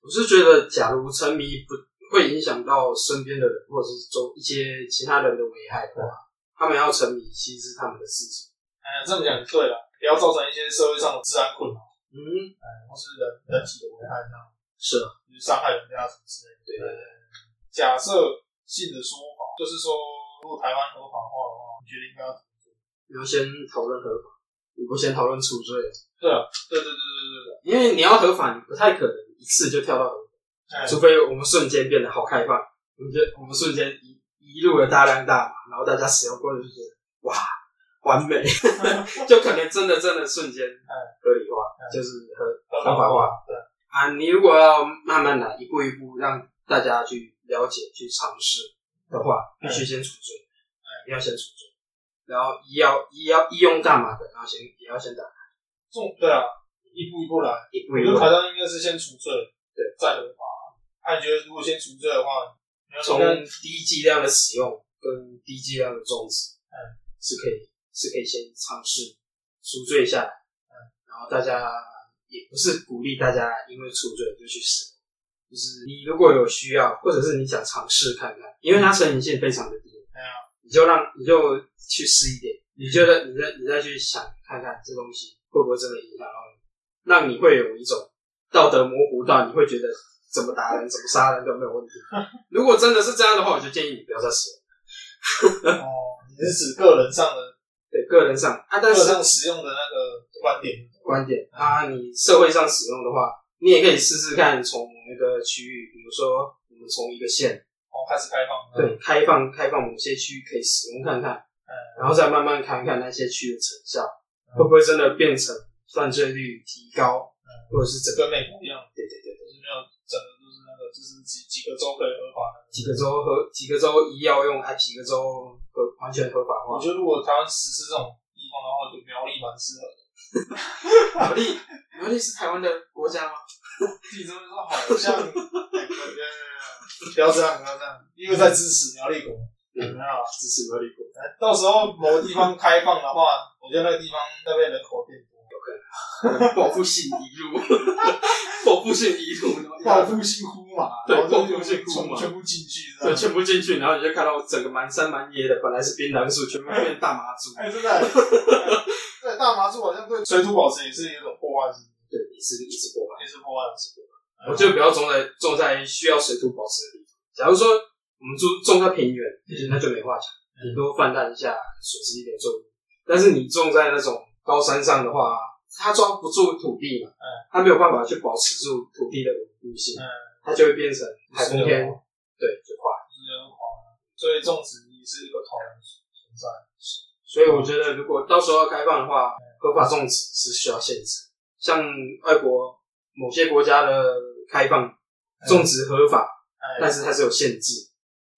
Speaker 3: 我是觉得，假如沉迷不会影响到身边的人，或者是周一些其他人的危害的话，他们要沉迷其实是他们的事情。
Speaker 2: 哎，这么讲就对了，不要造成一些社会上的治安困扰，
Speaker 3: 嗯，
Speaker 2: 哎，或是人人体的危害这样，
Speaker 3: 是啊，
Speaker 2: 就是伤害人家什么之类的。
Speaker 3: 对对对。
Speaker 2: 假设性的说法，就是说，如果台湾合法化的话，你觉得应该要怎么做？
Speaker 3: 你要先讨论合法，你不先讨论除罪，
Speaker 2: 对啊，对对对对
Speaker 3: 因为你要合法，你不太可能一次就跳到合
Speaker 2: 对对，哎
Speaker 3: 法，，除非我们瞬间变得好开放，我们就我们瞬间一一路的大量大麻，然后大家使用过后就觉得哇完美， *laughs* 就可能真的真的瞬间合理化，就是合
Speaker 2: 合
Speaker 3: 合法化。
Speaker 2: 对，
Speaker 3: 啊，你如果要慢慢来，一步一步让大家去了解、去尝试的话，必须先除罪，你要先除罪，然后医药、医药、医用大麻的，然后先也要先打，
Speaker 2: 重对啊，一步一步来。
Speaker 3: 一步
Speaker 2: 我
Speaker 3: 一
Speaker 2: 觉
Speaker 3: 步
Speaker 2: 得，台湾应该是先除罪，
Speaker 3: 对，
Speaker 2: 再合法。啊那你觉得如果先除罪的话，你要
Speaker 3: 从低剂量的使用跟低剂量的种植，嗯，是可以是可以先尝试赎罪下来，嗯，然后大家也不是鼓励大家因为赎罪就去死，就是你如果有需要，或者是你想尝试看看，因为它成瘾性非常的低，
Speaker 2: 哎呀
Speaker 3: 你就让你就去试一点，你觉得你再你再去想看看这东西会不会真的影响到你，让你会有一种道德模糊到你会觉得怎么打人、怎么杀人都没有问题。如果真的是这样的话，我就建议你不要再使用。
Speaker 2: 哦，你是指个人上的
Speaker 3: 对，个人上啊，
Speaker 2: 个
Speaker 3: 但
Speaker 2: 人
Speaker 3: 是
Speaker 2: 上使用的那个观点，
Speaker 3: 观点啊，你社会上使用的话，你也可以试试看，从某一个区域，比如说我们从一个县，
Speaker 2: 哦，开始开放了。
Speaker 3: 对，开放开放某些区域可以使用看看，然后再慢慢看看那些区的成效，会不会真的变成犯罪率提高，或者是整
Speaker 2: 这
Speaker 3: 个
Speaker 2: 跟美国一样，
Speaker 3: 对对对，
Speaker 2: 就是没有整个就是那个就是几几个州可以合法的。
Speaker 3: 几个州和几个州医药用，还几个州合完全合法
Speaker 2: *laughs* 我
Speaker 3: 化，
Speaker 2: 觉得如果台湾实施这种地方的话，我觉得苗栗蛮适合的。
Speaker 3: 苗栗苗栗是台湾的国家吗？
Speaker 2: 地州说好像，哎 *laughs* 不要这样，不要这样，因为在支持苗栗国。
Speaker 3: 嗯
Speaker 2: 没有啊，
Speaker 3: 支持苗栗国。
Speaker 2: 哎到时候某个地方开放的话，我觉得那个地方那边人口变多，
Speaker 3: *laughs* 报复性移入， *laughs* 报复性移入，然后一
Speaker 2: 报
Speaker 3: 大
Speaker 2: 复性呼嘛，
Speaker 3: 对
Speaker 2: 然后就
Speaker 3: 报复性呼
Speaker 2: 全
Speaker 3: 嘛
Speaker 2: 全部进去，这
Speaker 3: 堆
Speaker 2: 样
Speaker 3: 全部进去，然后你就看到整个满山满野的，本来是槟榔树，全部变大麻树。
Speaker 2: 哎、真的， *laughs* 哎对大麻树好像对水土保持也是有种破坏性，
Speaker 3: 对，一直一直过来。
Speaker 2: 也是破坏性。
Speaker 3: 我觉得不要种在种在需要水土保持的地方。假如说我们种种在平原，那就没话讲，
Speaker 2: 嗯
Speaker 3: 顶多泛滥一下，损失一点作物。但是你种在那种高山上的话，它抓不住土地嘛，它没有办法去保持住土地的稳定性
Speaker 2: 嗯，
Speaker 3: 它就会变成海
Speaker 2: 是
Speaker 3: 风
Speaker 2: 哦
Speaker 3: 天，对，就坏。
Speaker 2: 就是很狂，所以种植也是一个考量存在。
Speaker 3: 所以我觉得，如果到时候要开放的话，合法种植是需要限制。像外国某些国家的开放种植合法，
Speaker 2: 哎
Speaker 3: 但，是它是有限制，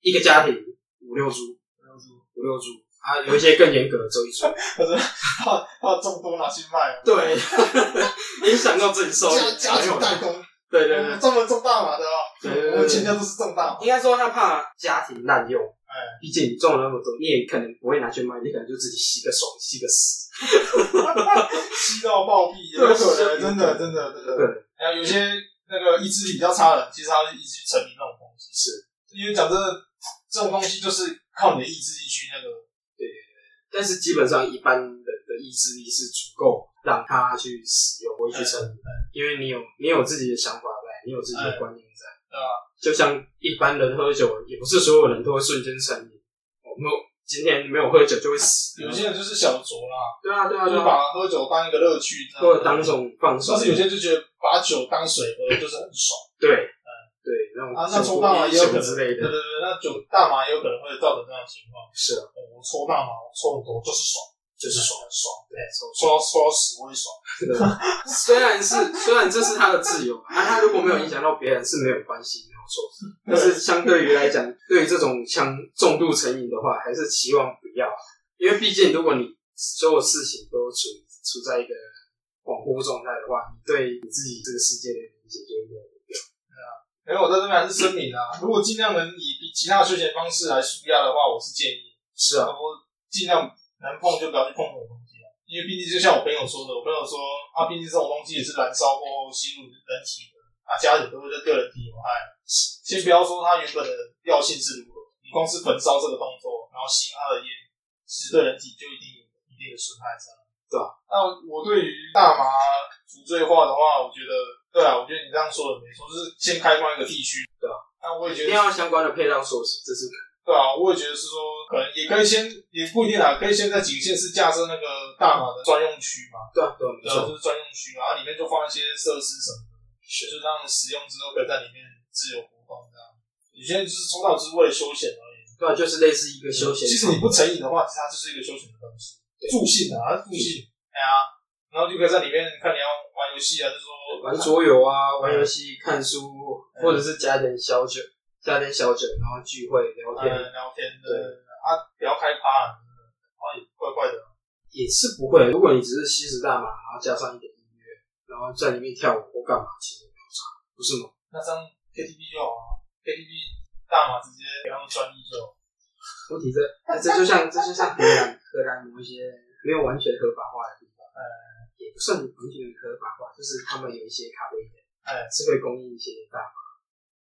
Speaker 3: 一个家庭五六株，五六株啊，有一些更严格，只有一株。 *laughs*
Speaker 2: 可是怕怕种多拿去卖啊，
Speaker 3: 对，影响到自己收益
Speaker 2: 家。家庭代工，
Speaker 3: 对对对
Speaker 2: 专门种大麻的哦，
Speaker 3: 对对对
Speaker 2: 我们全家都是种大麻，
Speaker 3: 应该说他怕家庭滥用，
Speaker 2: 哎
Speaker 3: 毕竟你中了那么多，你也可能不会拿去卖，你可能就自己吸个爽，吸个死。
Speaker 2: 吸到暴毙，有
Speaker 3: 对
Speaker 2: 可能，
Speaker 3: 是
Speaker 2: 真的，真的，真的。
Speaker 3: 对，
Speaker 2: 还有有些那个意志力比较差的人，其实他是一直沉迷那种东西，
Speaker 3: 是，
Speaker 2: 因为讲真的，这种东西就是靠你的意志力去那个。
Speaker 3: 但是基本上一般人的意志力是足够让他去使用，不会去成瘾因为你有你有自己的想法在，你有自己的观念在，
Speaker 2: 对啊
Speaker 3: 就像一般人喝酒，也不是所有人都会瞬间成瘾。我没有今天没有喝酒就会死，
Speaker 2: 有些人就是小酌啦，
Speaker 3: 对啊对啊对
Speaker 2: 就是
Speaker 3: 啊，
Speaker 2: 把喝酒当一个乐趣，
Speaker 3: 或者当种放松
Speaker 2: 哦但，是有些就觉得把酒当水喝就是很爽
Speaker 3: 对，对那种
Speaker 2: 啊。那
Speaker 3: 酒
Speaker 2: 抽
Speaker 3: 后
Speaker 2: 大麻
Speaker 3: 烟
Speaker 2: 也有
Speaker 3: 酒
Speaker 2: 可能
Speaker 3: 之类
Speaker 2: 对
Speaker 3: 的，
Speaker 2: 对对，那酒大麻也有可能会造成这样的情况。嗯
Speaker 3: 是啊，
Speaker 2: 我抽大麻，我抽很多就是爽，就是爽，很爽。
Speaker 3: 对，抽
Speaker 2: 抽到抽到死我也爽。
Speaker 3: 虽然是虽然这是他的自由，那、他如果没有影响到别人是没有关系，没有错。但是相对于来讲，对于这种强重度成瘾的话，还是期望不要，因为毕竟如果你所有事情都处处在一个恍惚状态的话，你对你自己这个世界的理解就会越来越
Speaker 2: 因为哎我在这边还是声明啊，如果尽量能以比其他休闲方式来舒压的话，我是建议，
Speaker 3: 是啊，
Speaker 2: 我尽量能碰就不要去碰这种东西啊。因为毕竟就像我朋友说的，我朋友说啊，毕竟这种东西也是燃烧过后吸入人体的，啊，家人都会对对人体有害。先不要说它原本的药性是如何，你光是焚烧这个动作，然后吸它的烟，其实对人体就一定有一定的损害在。
Speaker 3: 对啊
Speaker 2: 那我对于大麻除罪化的话，我觉得对啊，我觉得你这样说的没错，就是先开放一个地区。
Speaker 3: 对
Speaker 2: 啊，那我也
Speaker 3: 一
Speaker 2: 觉得
Speaker 3: 定要相关的配套措施，这是
Speaker 2: 对啊，我也觉得是说，可能也可以先，也不一定啊，可以先在几个县市架设那个大麻的专用区嘛，
Speaker 3: 对啊对啊，没
Speaker 2: 然后
Speaker 3: 错，
Speaker 2: 就是专用区嘛，啊，里面就放一些设施什么的，就是让使用之后可以在里面自由活动这样。有些人就是抽到只是为了休闲而已，
Speaker 3: 对啊，就是类似一个休闲。
Speaker 2: 其实你不成瘾的话，其实它就是一个休闲的东西，助兴啊，它是助兴，哎呀、然后就可以在里面看你要玩游戏啊，就是说
Speaker 3: 玩桌游啊，玩游戏、看书，或者是加点小酒，加点小酒，然后聚会聊天，
Speaker 2: 呃聊天的啊，不要开趴、啊，真的啊也怪怪的。
Speaker 3: 也是不会。如果你只是吸食大麻，然后加上一点音乐，然后在里面跳舞或干嘛，其实没有差，不是吗？
Speaker 2: 那张 KTV 就好啊，KTV 大麻直接给他们专利就好。 *laughs*
Speaker 3: 问题这这就像这就像荷兰荷兰某一些没有完全合法化的地方，呃，也不算完全合法化，就是他们有一些咖啡店，呃
Speaker 2: 哎
Speaker 3: 是会供应一些大麻，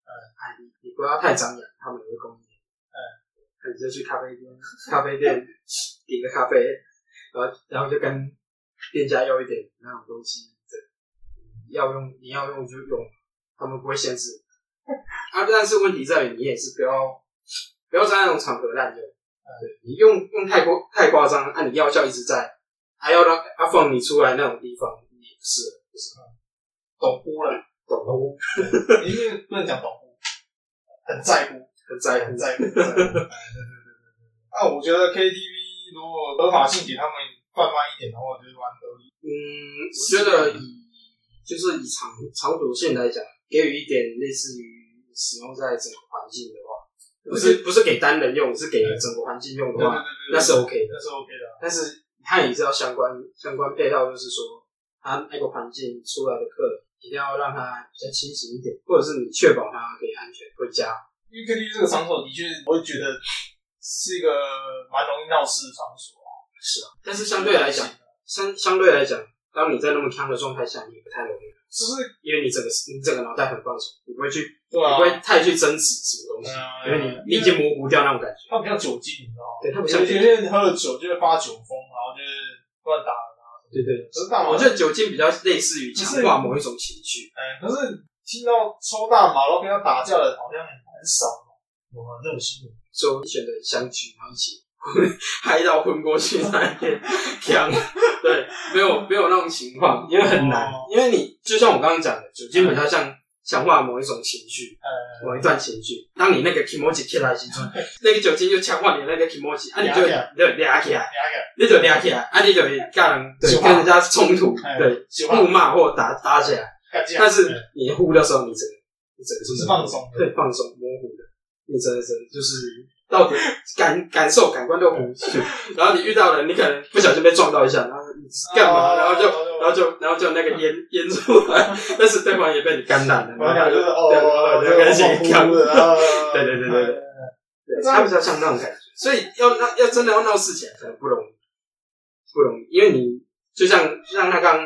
Speaker 3: 呃，哎，你你不要太张扬，他们也会供应，呃
Speaker 2: 哎
Speaker 3: 那你就去咖啡店，咖啡店点个咖啡，然后然后就跟店家要一点那种东西，这要用你要用就用，他们不会限制。啊，但是问题在于你也是不要不要在那种场合滥用，啊对你用用太过太夸张，啊，你药效一直在，还要让啊放你出来那种地方，你不是不是
Speaker 2: 懂乎了，
Speaker 3: 懂都
Speaker 2: 因为不能讲懂乎，很在乎，
Speaker 3: 很在乎
Speaker 2: 很，在乎。
Speaker 3: *laughs*
Speaker 2: 很在乎哎对对对对对那我觉得 KTV 如果合法性给他们贩卖一点的话，我觉得蛮合理。
Speaker 3: 嗯，我觉得以就是以长长久性来讲，给予一点类似于使用在整个环境的话，不是不是给单人用，是给整个环境用的
Speaker 2: 对对对
Speaker 3: 话，
Speaker 2: 对，对
Speaker 3: 那是 OK 的。
Speaker 2: 那是 OK 的啊。
Speaker 3: 但是它也是要相关相关配套，就是说它那个环境出来的客人一定要让它比较清醒一点，或者是你确保它可以安全回家。
Speaker 2: 因为 KTV 这个场所的确，我会觉得是一个蛮容易闹事的场所啊。
Speaker 3: 是啊，但是相对来讲，相相对来讲，当你在那么康的状态下，你不太容易，
Speaker 2: 就是
Speaker 3: 因为你整个你整个脑袋很放松，你不会去、
Speaker 2: 对
Speaker 3: 你
Speaker 2: 啊
Speaker 3: 不，会太去争执什么东西，
Speaker 2: 嗯
Speaker 3: 因为你你已经模糊掉那种感觉。
Speaker 2: 它不像酒精，你知道吗？
Speaker 3: 对它不像
Speaker 2: 有些人喝了酒就会发酒疯，然后就是乱打人啊。
Speaker 3: 对对对，
Speaker 2: 可是大麻
Speaker 3: 我觉得酒精比较类似于强化某一种情绪，
Speaker 2: 哎，可是听到抽大麻然后跟他打架的，好像很少哦有啊，这种新闻。
Speaker 3: 所以我选择相聚，然后一起 *laughs* 嗨到昏过去那一天，
Speaker 2: *laughs*
Speaker 3: 强对，没有没有那种情况，因为很难，
Speaker 2: 哦
Speaker 3: 因为你就像我刚刚讲的，酒精比较像强化某一种情绪，
Speaker 2: 呃，
Speaker 3: 某一段情绪，当你那个 emoji 起来的
Speaker 2: *laughs*
Speaker 3: 时阵，那个酒精就强化你那个 emoji，啊你就
Speaker 2: 抓起来
Speaker 3: 你就抓起来，
Speaker 2: 两个
Speaker 3: 你就抓起来，啊你就会跟人对
Speaker 2: 就怕
Speaker 3: 跟人家冲突，
Speaker 2: 哎
Speaker 3: 对
Speaker 2: 就怕
Speaker 3: 互骂或打打起来，
Speaker 2: 干架，
Speaker 3: 但是
Speaker 2: 哎
Speaker 3: 你呼的时候，你整个你整个
Speaker 2: 是
Speaker 3: 是
Speaker 2: 放松的。
Speaker 3: 对放松模糊的，你整个整个就是到底感感受感官都糊去，然后你遇到人，你可能不小心被撞到一下，然后你干嘛，
Speaker 2: 哦
Speaker 3: 然后就
Speaker 2: 哦
Speaker 3: 然后就然后就那个烟烟出来，但是对方也被你感染了，
Speaker 2: 我
Speaker 3: 然
Speaker 2: 感
Speaker 3: 后
Speaker 2: 觉
Speaker 3: 就
Speaker 2: 哦就是哦，
Speaker 3: 对
Speaker 2: 哦
Speaker 3: 就跟谁
Speaker 2: 恍惚
Speaker 3: 呛
Speaker 2: 的，啊 *laughs*
Speaker 3: 对对对对对，对，它比较像那种感觉，所以要闹要真的要闹事起来，可能不容易，不容易，因为你就像就像他刚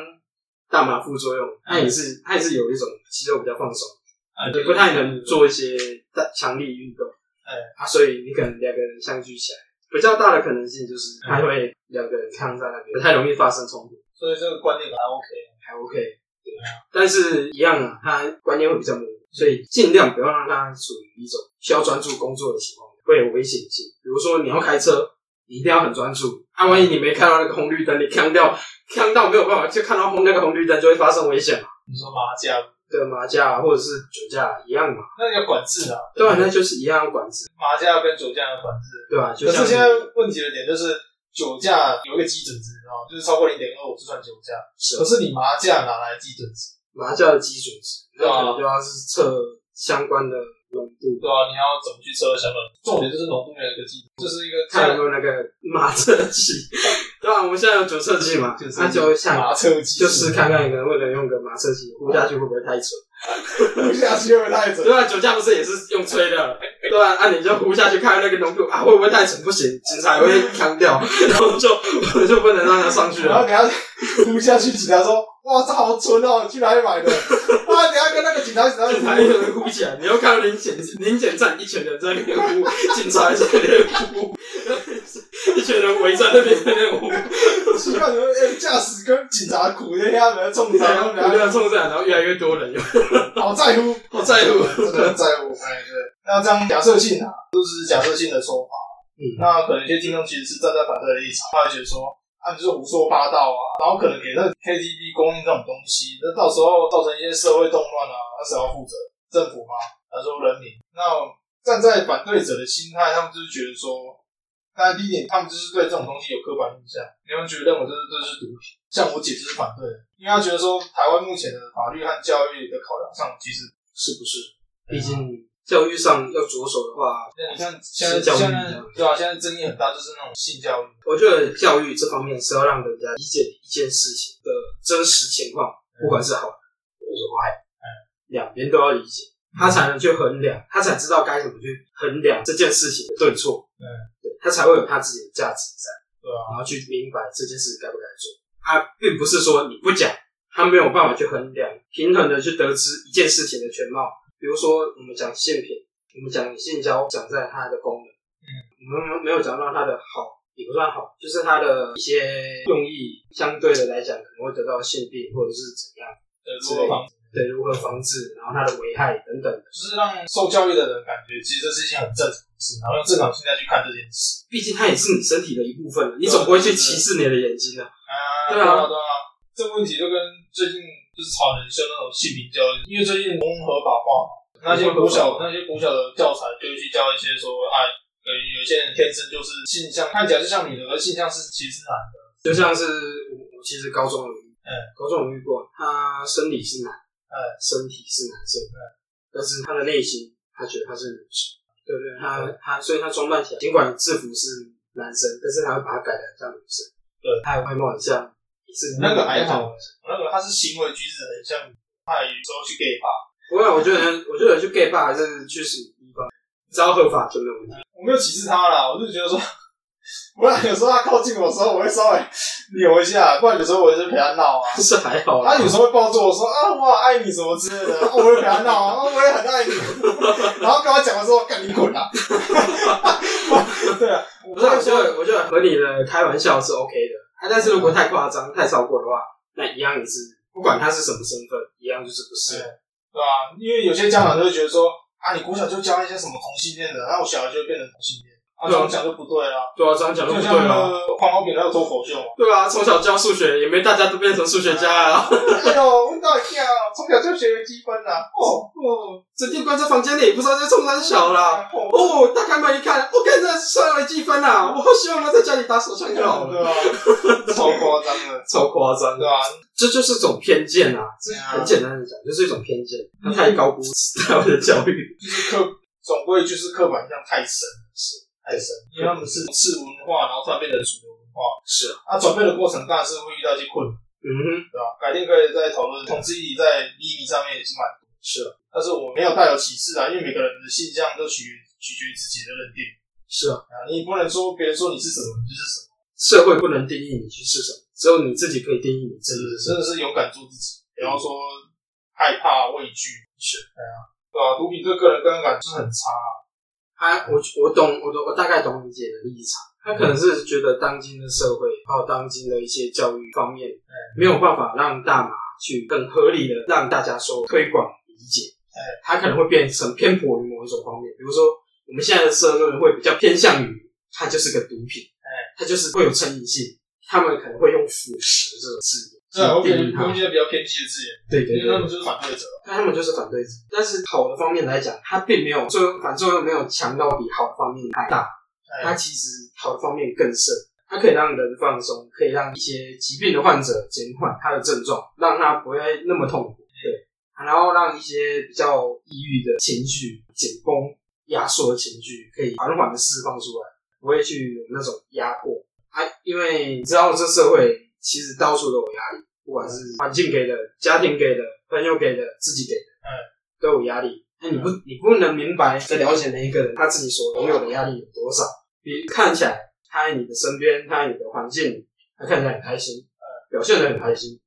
Speaker 3: 大麻副作用，它也是它也是有一种肌肉比较放松，
Speaker 2: 啊，
Speaker 3: 也不太能做一些大强力运动，
Speaker 2: 哎
Speaker 3: 啊，所以你可能两个人相聚起来，比较大的可能性就是他会两个人抗在那边，不太容易发生冲突，
Speaker 2: 所以这个观念还 OK，
Speaker 3: 还 OK，对啊，但是一样啊，他观念会比较模糊，所以尽量不要让他处于一种需要专注工作的情况，会有危险性。比如说你要开车，你一定要很专注，啊，万一你没看到那个红绿灯，你看掉看到没有办法，就看到红那个红绿灯就会发生危险嘛，
Speaker 2: 你说麻将，
Speaker 3: 对麻将啊或者是酒驾啊一样嘛，
Speaker 2: 那要管制啊，
Speaker 3: 对啊，
Speaker 2: 不
Speaker 3: 那就是一样要管制，
Speaker 2: 麻将跟酒驾要管制。
Speaker 3: 对吧、就
Speaker 2: 可
Speaker 3: 像
Speaker 2: 是
Speaker 3: 你
Speaker 2: 现在问题的点就是酒驾有一个基准值，你知道吗？就是超过零点二五就算酒驾。
Speaker 3: 是啊
Speaker 2: 可是你麻将哪来的基准值？
Speaker 3: 麻将的基准值，那
Speaker 2: 对啊
Speaker 3: 可能就要是测相关的浓度，
Speaker 2: 对啊，你要怎么去测成本？重点就是浓度的一个基准，就是一个
Speaker 3: 看有没有那个马测器，对啊吧、我们现在有酒测器嘛，
Speaker 2: 就是
Speaker 3: 那就像
Speaker 2: 马车机，
Speaker 3: 就是看看可能不能用个马测器呼下去会不会太准，
Speaker 2: 不 *laughs* 下去会太准
Speaker 3: 对。啊，酒驾不是也是用吹的，对啊，那、你就呼下去看看那个浓度啊会不会太准，不行，警察也会扛掉，然后就我就不能让他上去
Speaker 2: 然后
Speaker 3: 了。
Speaker 2: 给他呼下去，警察说：“哇，这好纯哦，你去哪里买的？” *laughs* 啊，等一下跟那个警察警察
Speaker 3: 警察一个人呼起来，你又看到临检临检站一群人在那边呼，警察也在那边呼，一群人围在那边在那边呼，
Speaker 2: 奇怪，你们哎驾驶跟警察苦那天他们冲上，
Speaker 3: 然
Speaker 2: 他
Speaker 3: 后
Speaker 2: 们俩
Speaker 3: 要冲上来，然后越来越多人，
Speaker 2: *laughs* 好在乎，
Speaker 3: 好在乎
Speaker 2: 真的很在乎。哎，对。那这样假设性啊，都是假设性的说法。
Speaker 3: 嗯
Speaker 2: 那可能一些听众其实是站在反对的立场，他会觉得说，啊，你就是胡说八道啊，然后可能给那 KTV 供应这种东西，那到时候造成一些社会动乱啊，那谁要负责？政府吗？还是说人民？那站在反对者的心态，他们就是觉得说，那第一点，他们就是对这种东西有刻板印象，你们觉得认为这是这是毒品。像我姐就是反对的，因为她觉得说，台湾目前的法律和教育的考量上，其实
Speaker 3: 是不是？毕竟教育上要着手的话，
Speaker 2: 那你啊像现在
Speaker 3: 是教育一
Speaker 2: 现在
Speaker 3: 样
Speaker 2: 对啊，现在争议很大，就是那种性教育，
Speaker 3: 我觉得教育这方面是要让人家理解一件事情的真实情况，不管是好或者是坏，两边都要理解，他才能去衡量，他才知道该怎么去衡量这件事情的对错，
Speaker 2: 嗯
Speaker 3: 对，他才会有他自己的价值在。
Speaker 2: 对啊，
Speaker 3: 然后去明白这件事该不该做。他并不是说你不讲，他没有办法去衡量、平衡的去得知一件事情的全貌。比如说，我们讲性品，我们讲性交，讲在它的功能，嗯，我们没有没有讲到它的好，也不算好，就是它的一些用意，相对的来讲可能会得到性病或者是怎样，
Speaker 2: 对，如何防止，
Speaker 3: 对，如何防治，然后它的危害等等的。
Speaker 2: 就是让受教育的人感觉，其实这是一件很正常的事，然后用正常心态去看这件事。
Speaker 3: 毕竟它也是你身体的一部分，你总不会去歧视你的眼睛的、
Speaker 2: 啊，
Speaker 3: 对
Speaker 2: 对
Speaker 3: 啊
Speaker 2: 啊，对啊，这个问题就跟最近就是吵很凶那种性平教育，因为最近公合法化嘛，那些国小那些国小的教材就会去教一些说，啊，呃，有些人天生就是性向看起来就像女的，而性向是其实是男的，
Speaker 3: 就像是我，我其实高中有遇，
Speaker 2: 嗯，
Speaker 3: 高中有遇过，他生理是男，
Speaker 2: 嗯，
Speaker 3: 身体是男生，嗯，但是他的内心，他觉得他是女生，对不对？他
Speaker 2: 嗯
Speaker 3: 他，所以他装扮起来，尽管制服是男生，但是他会把它改的像女生，
Speaker 2: 对，
Speaker 3: 他的外貌很像，也是
Speaker 2: 那个还好。那个他是行为举止很像女的，他有时候去 gay 吧。
Speaker 3: 不啊过我觉得，我觉得去 gay bar 还是去什么地方，只要合法就没有问题。
Speaker 2: 我没有歧视他啦，我就觉得说，不然有时候他靠近我的时候，我会稍微扭一下，不然有时候我也是陪他闹啊。
Speaker 3: *laughs* 是还好啊
Speaker 2: 他有时候会抱住我说啊，我好爱你什么之类的，啊、我会陪他闹啊，啊我也很爱你。然后跟他讲的时候，干你滚啊！ *laughs* 对啊，我
Speaker 3: 不是，我觉得我觉得和你的开玩笑是 OK 的，啊，但是如果太夸张、太超过的话，那一样也是，不管他是什么身份，一样就是不是。
Speaker 2: 对吧、因为有些家长就会觉得说啊，你国小就教一些什么同性恋的，然后我小孩就会变成同性恋，啊，这样讲就不对啦。
Speaker 3: 对啊，这样讲就
Speaker 2: 就
Speaker 3: 不对
Speaker 2: 像那
Speaker 3: 了。
Speaker 2: 个黄毛扁要做佛秀，
Speaker 3: 对啊，从小教数学，也没大家都变成数学家啊。
Speaker 2: 哎呦，问到一下，从小就学积分啦、哦，
Speaker 3: 哦，整天关在房间里，不知道在冲啥小啦。
Speaker 2: 哦
Speaker 3: 哦，打开门一看，我看这算微积分啊！我好希望他在家里打手枪就好了。 *laughs*
Speaker 2: 对啊，超夸张的，
Speaker 3: 超夸张
Speaker 2: 对啊
Speaker 3: 的，
Speaker 2: 吧、
Speaker 3: 这就是一种偏见啊！这
Speaker 2: 对啊
Speaker 3: 很简单的讲，就是一种偏见，他太高估台湾的教育。
Speaker 2: 就是刻，总归就是刻板印象太深，是太深，因为他们是次文化，然后突然变成主流文化，
Speaker 3: 是啊，
Speaker 2: 啊，转变的过程当然是会遇到一些困难，
Speaker 3: 嗯哼，
Speaker 2: 对吧、改天可以再讨论同志议题 E 在秘密上面也是蛮多，
Speaker 3: 是啊，
Speaker 2: 但是我没有带有歧视啊，因为每个人的性向都取取决于自己的认定
Speaker 3: 是啊，
Speaker 2: 啊，你不能说别人说你是什么你就是什么，
Speaker 3: 社会不能定义你去是什么，只有你自己可以定义你自己是什
Speaker 2: 真的是勇敢做自己，不要说害怕畏惧，
Speaker 3: 是
Speaker 2: 对啊，对啊，毒品对个人观感就是很差啊，
Speaker 3: 他我我懂，我懂，我大概懂你姐的立场。他可能是觉得当今的社会，还有当今的一些教育方面，
Speaker 2: 哎
Speaker 3: 没有办法让大麻去更合理的让大家说推广理解。
Speaker 2: 哎
Speaker 3: 他可能会变成偏颇于某一种方面，比如说我们现在的社论会比较偏向于它就是个毒品，
Speaker 2: 哎
Speaker 3: 它就是会有成瘾性。他们可能会用腐蚀这种字
Speaker 2: 对啊，我
Speaker 3: 眼
Speaker 2: 觉
Speaker 3: 去定
Speaker 2: 得
Speaker 3: 义
Speaker 2: 他们
Speaker 3: 它。
Speaker 2: 现在比较偏激的字眼，
Speaker 3: 对对
Speaker 2: 因为
Speaker 3: 对
Speaker 2: 他，们就是反对者，
Speaker 3: 但他们就是反对者。但是好的方面来讲，它并没有作用，反作用没有强到比好的方面还大。它
Speaker 2: 哎
Speaker 3: 其实好的方面更深，它可以让人放松，可以让一些疾病的患者减缓他的症状，让他不会那么痛苦。对，啊然后让一些比较抑郁的情绪紧绷、压缩的情绪可以缓缓的释放出来，不会去有那种压迫。啊，因为你知道这社会其实到处都有压力，不管是环境给的、家庭给的、朋友给的、自己给的，
Speaker 2: 嗯，
Speaker 3: 都有压力。那你不，你不能明白和了解每一个人他自己所拥有的压力有多少。你看起来他在你的身边，他在你的环境，他看起来很开心，表现得很开心。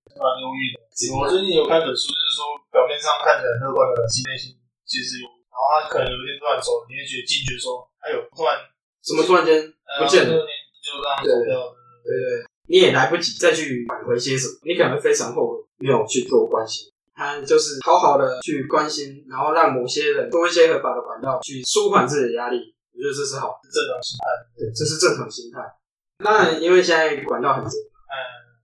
Speaker 2: 我最近有看本书，就是说表面上看起来很乐观的人，其实内心其实有，然后他可能有一天突然走，你会觉得惊觉说，哎呦，突然
Speaker 3: 怎么突然间
Speaker 2: 呃
Speaker 3: 不见了
Speaker 2: 就你就让走掉了，
Speaker 3: 你也来不及再去挽回些什么，你可能会非常后悔没有去多关心。他就是好好的去关心，然后让某些人多一些合法的管道去舒缓自己的压力，我觉得这是好的，对，这是正常心态。当然，因为现在管道很多，
Speaker 2: 嗯，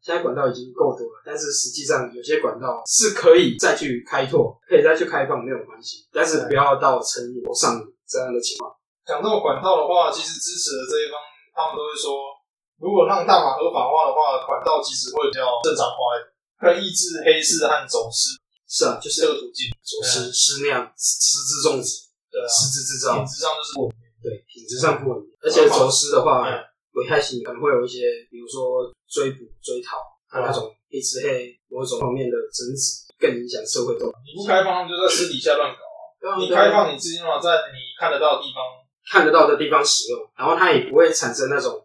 Speaker 3: 现在管道已经够多了，但是实际上有些管道是可以再去开拓，可以再去开放，没有关系，但是不要到成瘾或上瘾这样的情况。
Speaker 2: 讲到管道的话，其实支持的这一方他们都会说，如果让大麻合法化的话，管道其实会比较正常化一点，可以抑制黑市和走私
Speaker 3: 是啊，就是
Speaker 2: 这个途径。
Speaker 3: 左失失那样失之种植，
Speaker 2: 对啊，
Speaker 3: 失之制造
Speaker 2: 本，质上就是我
Speaker 3: 对，品质上不稳定，而且走私的话
Speaker 2: 嗯，
Speaker 3: 危害性可能会有一些，比如说追捕、追逃，还有那种黑吃黑某种方面的争执，更影响社会动
Speaker 2: 你不开放，他们就在私底下乱搞。
Speaker 3: 荡。
Speaker 2: 你
Speaker 3: 对啊
Speaker 2: 开放，你自己嘛，在你看得到的地方，
Speaker 3: 看得到的地方使用，然后它也不会产生那种，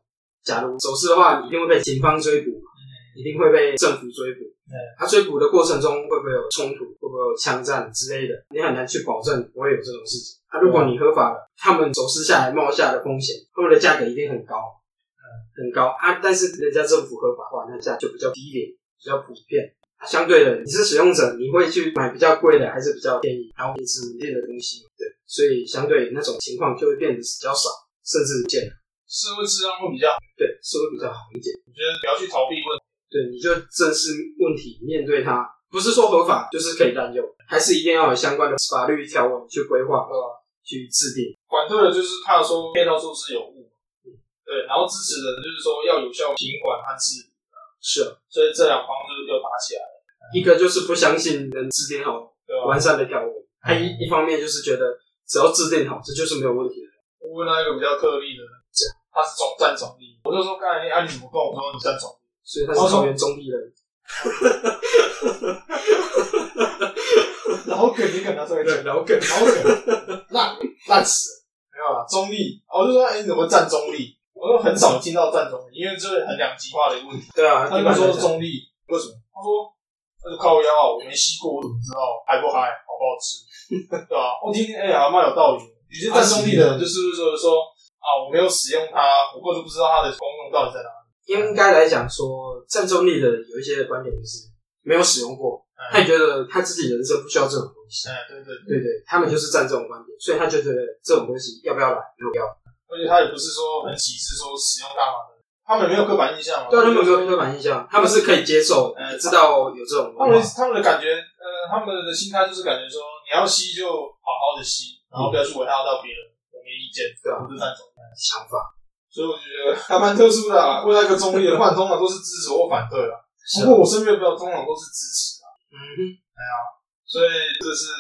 Speaker 3: 假如走私的话，你一定会被警方追捕嘛，一定会被政府追捕。他追捕的过程中会不会有冲突，会不会有枪战之类的，你很难去保证不会有这种事情。啊，如果你合法了，他们走私下来冒下的风险，他们的价格一定很高，很高啊。但是人家政府合法化，那价就比较低廉，比较普遍。啊相对的，你是使用者，你会去买比较贵的，还是比较便宜，然后品质稳定的东西？对，所以相对那种情况就会变得比较少，甚至不见了。
Speaker 2: 社会质量会比较好。
Speaker 3: 对，是会比较好一点。
Speaker 2: 我觉得不要去逃避问题，
Speaker 3: 对，你就正视问题，面对它，不是说合法就是可以滥用，还是一定要有相关的法律条文去规划、呃去制定。
Speaker 2: 反对的就是怕说配套措施有误，对，然后支持的就是说要有效品管和治理，
Speaker 3: 是啊，
Speaker 2: 所以这两方就是又打起来了，
Speaker 3: 一个就是不相信能制定好
Speaker 2: 对吧？
Speaker 3: 完善的条文，他一一方面就是觉得只要制定好，这就是没有问题的。
Speaker 2: 我问到一个比较特例的，他是总占总力，我就说刚才你啊你怎么跟我说你占总力？
Speaker 3: 所以他是桃园中立人，
Speaker 2: 然后肯定跟他说一句，
Speaker 3: 老梗
Speaker 2: 然后梗烂烂死了，没有啦，中立，我就说哎、你怎么占中立？我说很少听到占中立，因为这是很两极化的一个问题。
Speaker 3: 对啊，
Speaker 2: 他
Speaker 3: 一
Speaker 2: 就
Speaker 3: 般来
Speaker 2: 说
Speaker 3: 讲
Speaker 2: 中立，为什么？他说那就靠腰啊，我没吸过，我怎么知道嗨不嗨，好不好吃？对吧、我听听，哎、还蛮有道理。有些站中立的人就是说说啊，我没有使用它，我根本就不知道它的功用到底在哪里。
Speaker 3: 应该来讲说，战中立的人有一些观点就是没有使用过，他也觉得他自己人生不需要这种东西。
Speaker 2: 嗯，哎对对
Speaker 3: 对
Speaker 2: 对，
Speaker 3: 对，他们就是站这种观点，所以他就觉得这种东西要不要来，没有必要。
Speaker 2: 而且他也不是说很歧视说使用大麻的人，他们没有刻板印象嘛。
Speaker 3: 对啊，他们没
Speaker 2: 就
Speaker 3: 有
Speaker 2: 是说
Speaker 3: 刻板印象，他们是可以接受，呃
Speaker 2: 嗯
Speaker 3: 知道有这种
Speaker 2: 他
Speaker 3: 文化。
Speaker 2: 们他们的感觉，呃，他们的心态就是感觉说，你要吸就好好的吸，然后不要去危害到别人，我没意见，
Speaker 3: 对啊
Speaker 2: 我是赞同。
Speaker 3: 想法。
Speaker 2: 所以我觉得还蛮特殊的啊。问到一个中立的，不然通常都是支持或反对啦。
Speaker 3: 是啊
Speaker 2: 不过我身边的朋友通常都是支持啊，
Speaker 3: 嗯哼，
Speaker 2: 所以这是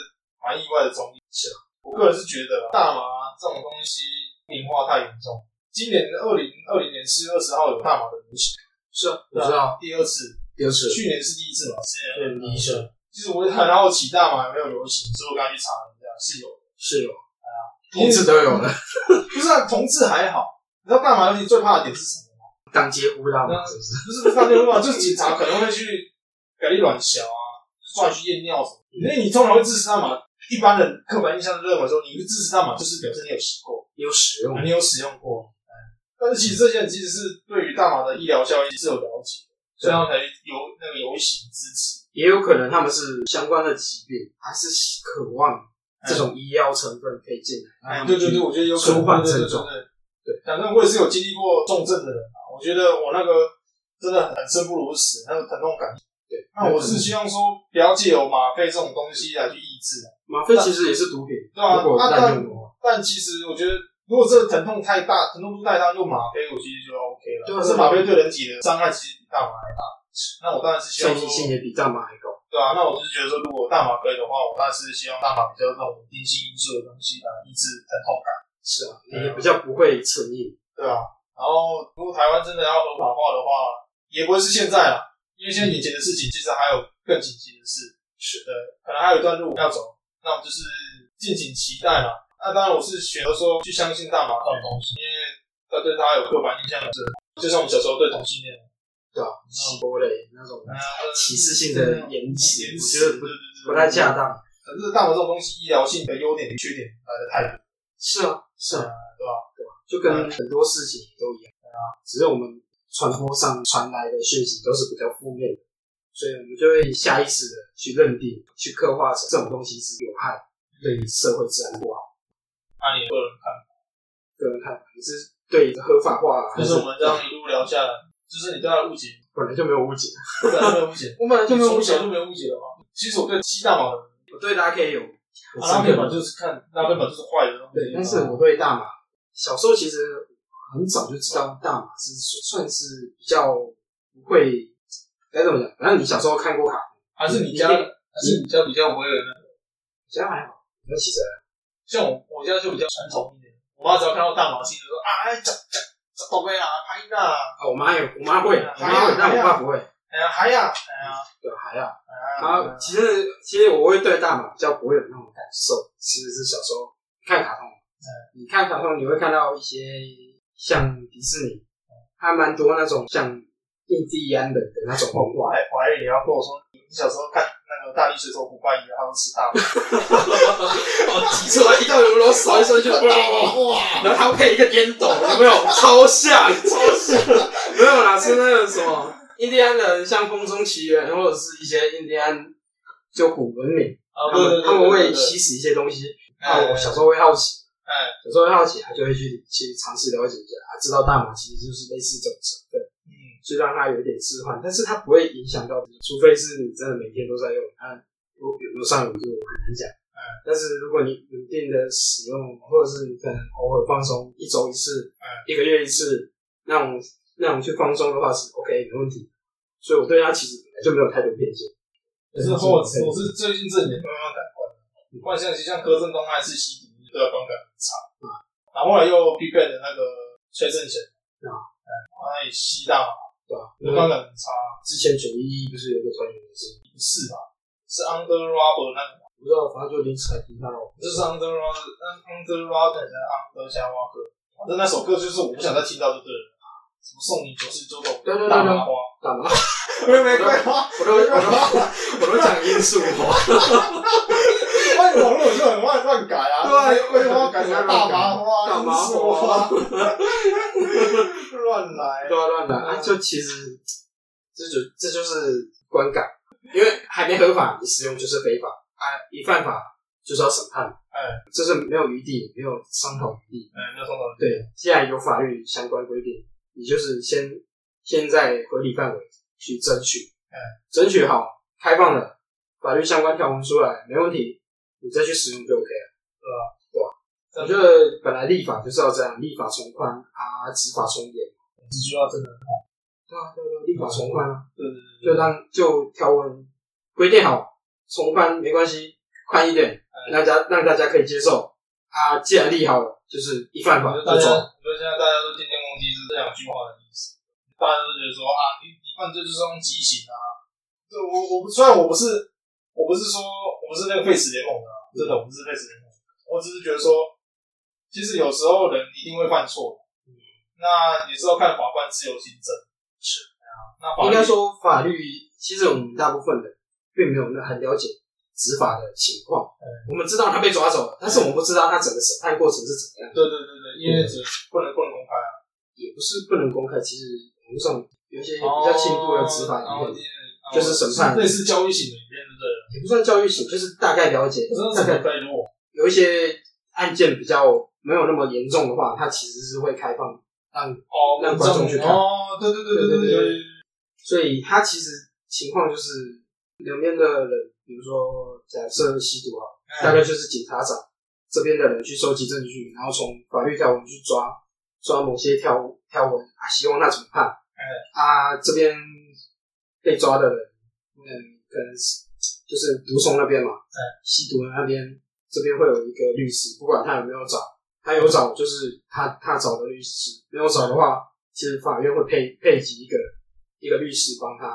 Speaker 2: 蛮意外的中立。
Speaker 3: 是
Speaker 2: 啊，我个人是觉得啊大麻这种东西龄化太严重。今年二零二零年四月二十号有大麻的流行，
Speaker 3: 是啊，我
Speaker 2: 对啊
Speaker 3: 知道，
Speaker 2: 第二次，
Speaker 3: 有是
Speaker 2: 去年是第一次嘛，是啊
Speaker 3: 对第一次。
Speaker 2: 其实我很好奇大麻有没有流行，所以我刚才去查了一下，是有的。
Speaker 3: 是有，同志都有了，
Speaker 2: 不是、啊、同志还好，你知道大麻游行最怕的点是什么吗？
Speaker 3: *laughs* 当街污
Speaker 2: 嗯
Speaker 3: 大麻是不是？
Speaker 2: 不是不是犯罪话，就是警察可能会去给你卵小啊，抓你去验尿什么的。因为你通常会支持大麻，一般人刻板印象认为说你支持大麻就是表示你有吸过，
Speaker 3: 有使用
Speaker 2: 啊，你有使用过。但是其实这些人其实是对于大麻的医疗效益是有了解的，所以他们才游那个游行支持。
Speaker 3: 也有可能他们是相关的疾病，还是渴望这种医药成分可以进来。
Speaker 2: 哎，
Speaker 3: 让他
Speaker 2: 嗯对
Speaker 3: 们
Speaker 2: 对对，
Speaker 3: 去
Speaker 2: 我觉得有可能
Speaker 3: 舒缓
Speaker 2: 对对
Speaker 3: 症状
Speaker 2: 对对对，反正我也是有经历过重症的人啊，我觉得我那个真的很生不如死，那个疼痛感。
Speaker 3: 对，
Speaker 2: 那我是希望说不要借由吗啡这种东西来去抑制啊，
Speaker 3: 吗啡其实也是毒品，
Speaker 2: 对啊，
Speaker 3: 如果
Speaker 2: 那
Speaker 3: 滥
Speaker 2: 但
Speaker 3: 用的话，
Speaker 2: 但其实我觉得，如果这个疼痛太大，疼痛度太大，用吗啡我其实就 OK 了。
Speaker 3: 对啊
Speaker 2: 可是吗啡对人体的伤害其实比大麻还大，那我当然是希望
Speaker 3: 上
Speaker 2: 说
Speaker 3: 瘾性也比大麻还高。
Speaker 2: 对啊，那我是觉得说，如果大麻可以的话，我那是希望大麻比较这种稳定性因素的东西来抑制疼痛感，
Speaker 3: 是啊，
Speaker 2: 嗯
Speaker 3: 也比较不会成瘾。
Speaker 2: 对啊。然后，如果台湾真的要合法化的话，也不会是现在啦，因为现在眼前的事情其实还有更紧急的事，
Speaker 3: 是
Speaker 2: 对，可能还有一段路要走，那我们就是敬请期待啦。那当然，我是选择说去相信大麻这种东西，因为他对他有刻板印象的，就像我们小时候对同性恋，
Speaker 3: 对啊，洗玻璃那种
Speaker 2: 嗯，
Speaker 3: 歧视性的言辞，
Speaker 2: 言
Speaker 3: 我
Speaker 2: 辞
Speaker 3: 觉得不
Speaker 2: 对对
Speaker 3: 不
Speaker 2: 对
Speaker 3: 太恰当。
Speaker 2: 可是大麻这种东西，医疗性的优点与缺点来的太多，
Speaker 3: 是啊，是啊，
Speaker 2: 呃对吧？嗯
Speaker 3: 就跟很多事情都一样啊，只是我们传播上传来的讯息都是比较负面的，所以我们就会下意识的去认定、去刻画成这种东西是有害，对社会治安不好。
Speaker 2: 那你个人看法
Speaker 3: 个人看法，你是对合法化还
Speaker 2: 就是是我们这样一路聊下来，就是你对他的误解，
Speaker 3: 本来就没有误解，
Speaker 2: 本来就没有误解，
Speaker 3: 我本来
Speaker 2: 就从小就没有误解了嘛。其实我对吸大麻的，
Speaker 3: 我对拉 K 有
Speaker 2: 啊拉
Speaker 3: 很
Speaker 2: 面
Speaker 3: 深
Speaker 2: 嘛
Speaker 3: 刻的
Speaker 2: 就是看拉面嘛就是坏的东西，啊
Speaker 3: 对，但是我对大麻，小时候其实很早就知道大麻是算是比较不会该怎么讲，反正你小时候看过卡
Speaker 2: 还是你家，
Speaker 3: 你
Speaker 2: 还是你家比较不会有那个，
Speaker 3: 其他还好，那其实
Speaker 2: 像我我家就比较传统一点，我妈只要看到大麻吸就说啊，哎，这这这宝贝啊，拍啦，
Speaker 3: 啊，我妈有，我妈会，
Speaker 2: 哎呀
Speaker 3: 我妈会，但我爸不会。
Speaker 2: 哎呀，还呀，哎呀，
Speaker 3: 对，还好。
Speaker 2: 哎
Speaker 3: 然后
Speaker 2: 呀，
Speaker 3: 其实其实我会对大马比较不会有那种感受，其实是小时候看卡通，你看卡通你会看到一些像迪士尼，还蛮多那种像印第安人的那种文
Speaker 2: 我
Speaker 3: *laughs* 化。
Speaker 2: 还我还以为你要跟我说，你小时候看那个大力水手不败，以为他们吃大麻，
Speaker 3: 挤出来一道油，然后甩一甩 *laughs* 就
Speaker 2: 哇，
Speaker 3: 然后他会配一个烟斗，有没有？超像，超像。没有啦，是那个什么印第安人，像《风中奇缘》或者是一些印第安就古文明。
Speaker 2: 啊，
Speaker 3: 他
Speaker 2: 对对
Speaker 3: 们
Speaker 2: 对，
Speaker 3: 他们会吸
Speaker 2: 吸，
Speaker 3: 食一些东西，
Speaker 2: 哎
Speaker 3: 那我小时候会好奇，
Speaker 2: 哎，
Speaker 3: 小时候会好奇，他就会去去尝试了解一下，他知道大麻其实就是类似这种成分，
Speaker 2: 嗯。
Speaker 3: 就让它有点置换，但是它不会影响到你，除非是你真的每天都在用，它有有没有上瘾就很难讲。
Speaker 2: 哎
Speaker 3: 但是如果你稳定的使用，或者是你可能偶尔放松，一周一次，
Speaker 2: 哎
Speaker 3: 一个月一次，那种那种去放松的话是 OK 没问题。所以我对它其实本来就没有太多偏见。
Speaker 2: 可是后我是我是最近这几年慢慢改观，不然像像柯震东还是吸毒，对他观感很差。然后后来又 B b a 的那个崔振贤，
Speaker 3: 啊
Speaker 2: 哎，他也吸大麻，
Speaker 3: 对吧？
Speaker 2: 对观感很差。
Speaker 3: 之前九一一不是有个团员是，
Speaker 2: 不是吧？是 Under Rubber 那个，
Speaker 3: 不知道反正就已经踩低他了。
Speaker 2: 就是 Under Rubber，嗯，Under Rubber 跟 Under 夏娃歌，反正那首歌就是我不想再听到就对了。什么送你九十九朵
Speaker 3: 对对对对
Speaker 2: 大麻花，
Speaker 3: 干嘛？
Speaker 2: 玫瑰花，
Speaker 3: 我都我都我都讲因素哦。
Speaker 2: 那你网络就很乱乱改啊，玫瑰花改成大麻花，
Speaker 3: 大麻
Speaker 2: 罂粟
Speaker 3: 花，
Speaker 2: 啊 *laughs* 乱来。
Speaker 3: 对啊乱来啊！就其实这就这就是观感，因为还没合法，你使用就是非法啊，一犯法就是要审判，
Speaker 2: 哎，
Speaker 3: 就是没有余地，没有商讨余地。
Speaker 2: 嗯，那时候
Speaker 3: 对，既然有法律相关规定，你就是先先在合理范围去争取，
Speaker 2: 嗯，
Speaker 3: 争取好开放了，法律相关条文出来没问题，你再去使用就 OK 了，对吧？对吧？我觉得本来立法就是要这样，立法从宽啊，执法从严，
Speaker 2: 这句话真的，
Speaker 3: 对啊，对啊对啊，立法从宽啊，
Speaker 2: 对
Speaker 3: 就让就条文规定好，从宽没关系，宽一点，让大家让大家可以接受啊。既然立好了，就是一犯法
Speaker 2: 就
Speaker 3: 就
Speaker 2: 大家，
Speaker 3: 抓，
Speaker 2: 我觉得现在大家都渐渐忘记这两句话的意思，大家都觉得说啊，你你犯罪就是用极刑啊。对我我不虽然我不是我不是说我不是那个废死联盟的、啊，真的我不是废死联盟，我只是觉得说其实有时候人一定会犯错，嗯，那也是要看法官自由行政，是啊，那法律
Speaker 3: 应该说法律，其实我们大部分人并没有那很了解执法的情况。我们知道他被抓走了，但是我们不知道他整个审判过程是怎么样的。
Speaker 2: 对对对对，因为只不能不能公开啊，
Speaker 3: 也不是不能公开，其实网络上有一些比较轻度的执法
Speaker 2: 哦然后
Speaker 3: 影片，就是审判
Speaker 2: 类似教育型的影片，对
Speaker 3: 也不算教育型，就是大概了解
Speaker 2: 不
Speaker 3: 大
Speaker 2: 对？，真的
Speaker 3: 概
Speaker 2: 是被落，
Speaker 3: 有一些案件比较没有那么严重的话，它其实是会开放让，
Speaker 2: 哦，
Speaker 3: 让观众去看
Speaker 2: 哦，对对对对对对，
Speaker 3: 所以它其实情况就是两边的人，比如说假设吸毒啊，大概就是警察长这边的人去收集证据，然后从法律条文去抓抓某些条条文啊，希望那怎么判？
Speaker 2: 嗯
Speaker 3: 啊，这边被抓的人，嗯，可能是就是毒枭那边嘛，嗯，吸毒的那边，这边会有一个律师，不管他有没有找，他有找就是他他找的律师，没有找的话，其实法院会配配给一个一个律师帮他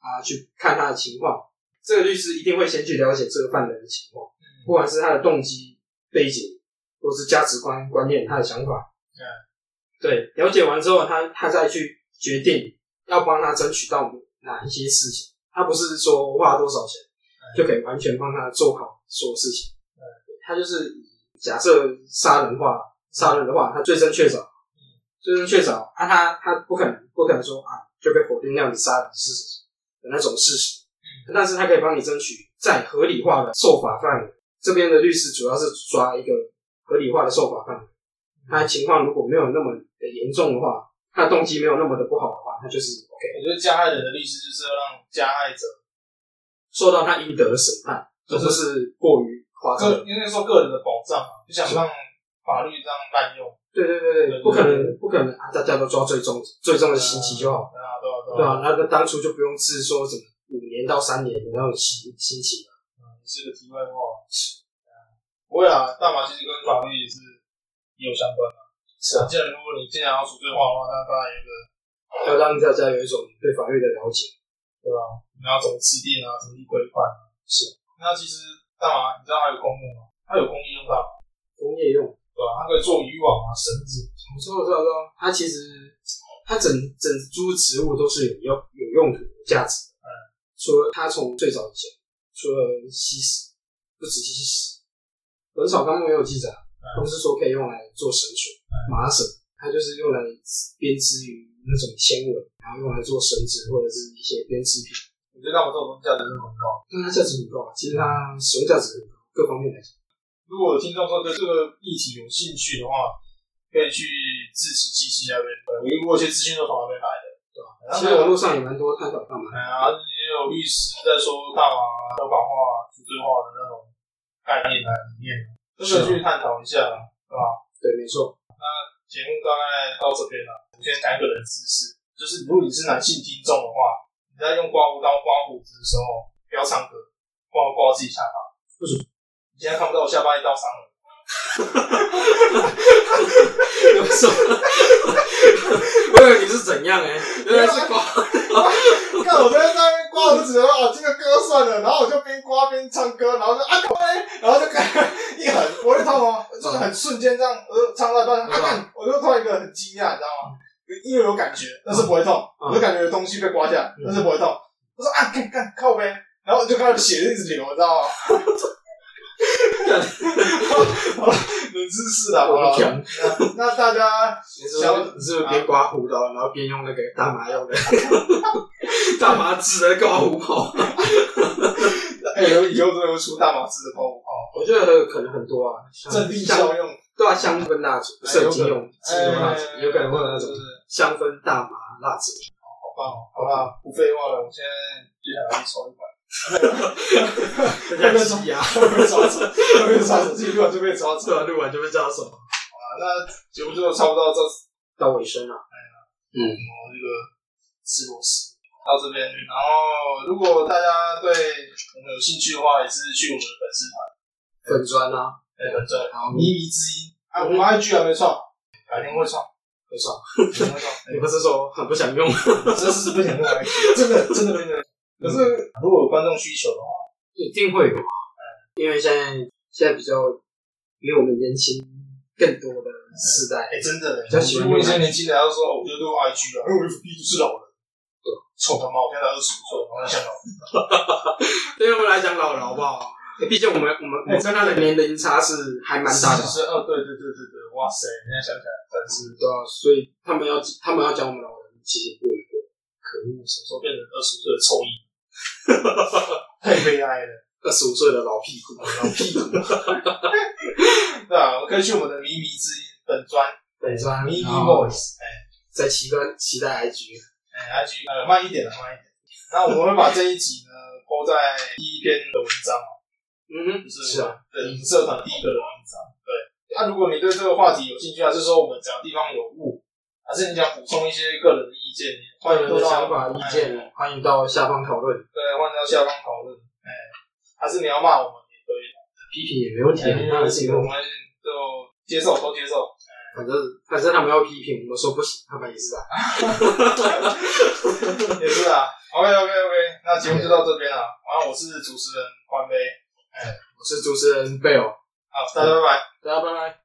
Speaker 3: 啊去看他的情况，这个律师一定会先去了解这个犯人的情况。不管是他的动机、背景，或是价值观、观念、他的想法，
Speaker 2: 嗯，
Speaker 3: 对，了解完之后，他他再去决定要帮他争取到哪一些事情，他不是说花多少钱、就可以完全帮他做好所有事情，嗯，他就是以假设杀人话，杀人的话，他罪证确凿，罪证确凿，啊，他他不可能不可能说啊就被否定掉你杀人事实的那种事实。但是他可以帮你争取在合理化的受罚范围，这边的律师主要是抓一个合理化的受罚范围。他的情况如果没有那么的严重的话，他的动机没有那么的不好的话，他就是 OK，
Speaker 2: 我觉得加害人的律师就是要让加害者
Speaker 3: 受到他应得的审判，而不是过于夸张。
Speaker 2: 啊个应该说个人的保障嘛，就想让法律这样滥用，啊
Speaker 3: 对对对对，不可能不可能啊！大家都抓最终最终的刑期就好，
Speaker 2: 对啊对啊对
Speaker 3: 对吧、那个当初就不用治说什么五年到三年的那种刑刑期了。
Speaker 2: 是个题外话。啊不会啊，大麻其实跟法律也是也有相关的。是啊，既然如果你既然要除罪化的话，那当然有一个
Speaker 3: 要让大家有一种对法律的了解。
Speaker 2: 对吧、你要怎么制定啊，怎么去规范、啊。是。那其实大麻，你知道还有公务吗？它有公益用到，
Speaker 3: 工业用，
Speaker 2: 对吧、它可以做渔网啊、绳子。
Speaker 3: 我知道，我知道，我知道。它其实它整整株植物都是有用有用途、有价值的。嗯，除了它从最早以前，除了吸食，不止吸食，《本草纲目》也有记载，
Speaker 2: 嗯
Speaker 3: 都是说可以用来做绳索、麻绳，它就是用来编织于那种纤维，然后用来做绳子或者是一些编织品。
Speaker 2: 我觉得大麻这种东西价值是很高。
Speaker 3: 但它价值很高啊，其实它使用价值很高，各方面来讲。
Speaker 2: 如果有听众说对这个议题有兴趣的话，可以去自己记系那边，因为我有些资讯都从那边来的，对吧？然后
Speaker 3: 现在网络上也蛮多探讨干嘛。
Speaker 2: 哎呀，也有律师在说大麻合法化、除罪化的啊那种概念啊、理念，这
Speaker 3: 啊
Speaker 2: 个去探讨一下，对吧？
Speaker 3: 对，没错。
Speaker 2: 节目大概到这边了，我先讲一个冷知识，就是如果你是男性听众的话，你在用刮胡刀刮胡子的时候，不要唱歌，不然会刮到自己下巴。
Speaker 3: 为什么？
Speaker 2: 你现在看不到我下巴一道伤痕，
Speaker 3: 有什么？ *laughs* 我以为你是怎样哎、原来是刮。
Speaker 2: *laughs* 看我昨天在那边刮胡子，然后啊，这个歌算了，然后我就边刮边唱歌，然后就啊，靠哎然后就开一狠，我就痛哦，就是很瞬间这样，呃，唱到一半，啊，
Speaker 3: 嗯
Speaker 2: 干我就突然一个很惊讶，你知道吗？因为有感觉，但是不会痛，
Speaker 3: 嗯
Speaker 2: 我就感觉有东西被刮下来，
Speaker 3: 嗯
Speaker 2: 但是不会痛。我说啊，干干靠呗，然后我就看到血一直流，你知道吗？ *laughs* 好了，冷知识啦，好
Speaker 3: 我
Speaker 2: 了
Speaker 3: 不讲，
Speaker 2: 那那大家
Speaker 3: 你是不是你是不是边刮胡刀，然后边用那个大麻用的 *laughs* 大麻制的刮胡泡？
Speaker 2: 哎，有以后真的会出大麻子的泡沫泡，
Speaker 3: 我觉得可能很多啊，像
Speaker 2: 镇定
Speaker 3: 香
Speaker 2: 效用。
Speaker 3: 对啊，香氛蜡烛、
Speaker 2: 哎
Speaker 3: 射
Speaker 2: 有
Speaker 3: 精
Speaker 2: 可
Speaker 3: 用、
Speaker 2: 能
Speaker 3: 精油蜡
Speaker 2: 哎
Speaker 3: 烛，有可能会有那种
Speaker 2: 是
Speaker 3: 香氛大麻蜡烛。 *laughs*
Speaker 2: 好棒哦，好吧，不废话了，我现在接下来去抽一管，
Speaker 3: 人家吸牙， *laughs*
Speaker 2: 会被抓走，会被抓走，这一管就被抓走
Speaker 3: 对啊，录完就被叫手。
Speaker 2: 啊。那节目就差不多到这，
Speaker 3: 到尾声啊了，
Speaker 2: 我这个吃螺丝到这边。然后，如果大家对我们有兴趣的话，也是去我们的粉丝团，
Speaker 3: 粉砖啊，
Speaker 2: 哎，粉钻
Speaker 3: 然后
Speaker 2: 迷迷之音啊，我们 IG 还没创，改天会创，
Speaker 3: 没错，
Speaker 2: 改天会创。哎
Speaker 3: 哎你不是说很不想用？
Speaker 2: 真是不想用 IG，真的真的真的。可是如果有观众需求的话，
Speaker 3: 一定会有啊，因为现在现在比较比我们年轻更多的世代
Speaker 2: 哎、真的，
Speaker 3: 比较喜欢用
Speaker 2: 一些年轻人，他就说哦我就用 IG 啊，因为我 FB 就是老人。臭他妈！我现在二十五岁，我在想老人。
Speaker 3: 对于我们来讲老了好不好？哎毕竟我们我们我们跟他的年龄差是还蛮大的
Speaker 2: 就，是哦，对对对对对，哇塞！现在想起来，真是
Speaker 3: 对啊，所以他们要他们要讲我们老人，其实不为过。
Speaker 2: 可恶，什么时候变成二十岁的臭衣？ *laughs* 太悲哀了。
Speaker 3: 二十五岁的老屁股，老屁股，
Speaker 2: *laughs* 对啊，我可以去我们的迷迷之音本专
Speaker 3: 对，是吧？
Speaker 2: 迷迷
Speaker 3: 然后
Speaker 2: voice，哎
Speaker 3: 在期待期待 IG，
Speaker 2: 哎，IG 呃慢一点了，慢一点。那我们会把这一集呢播在第一篇的文章，
Speaker 3: 嗯哼，
Speaker 2: 就是
Speaker 3: 啊，
Speaker 2: 对，我们社团第一个的文章。对，那如果你对这个话题有兴趣，啊还是说我们讲地方有误，还是你想补充一些个人的意见，欢迎
Speaker 3: 有
Speaker 2: 到
Speaker 3: 想法意见
Speaker 2: 哎，
Speaker 3: 欢迎到下方讨论，
Speaker 2: 对，欢迎到下方讨论。哎，还是你要骂我们也可以，
Speaker 3: 批评也没问题啊，当然是没
Speaker 2: 我
Speaker 3: 问题。
Speaker 2: 们就接受，都接受。
Speaker 3: 反正反正他们要批评，我们说不行，他们也是啊。
Speaker 2: 也是啊。OK OK OK，那节目就到这边了。然后我是主持人关杯，
Speaker 3: 我是主持人贝尔，哦
Speaker 2: 好，大家拜拜。
Speaker 3: 啊大家拜拜。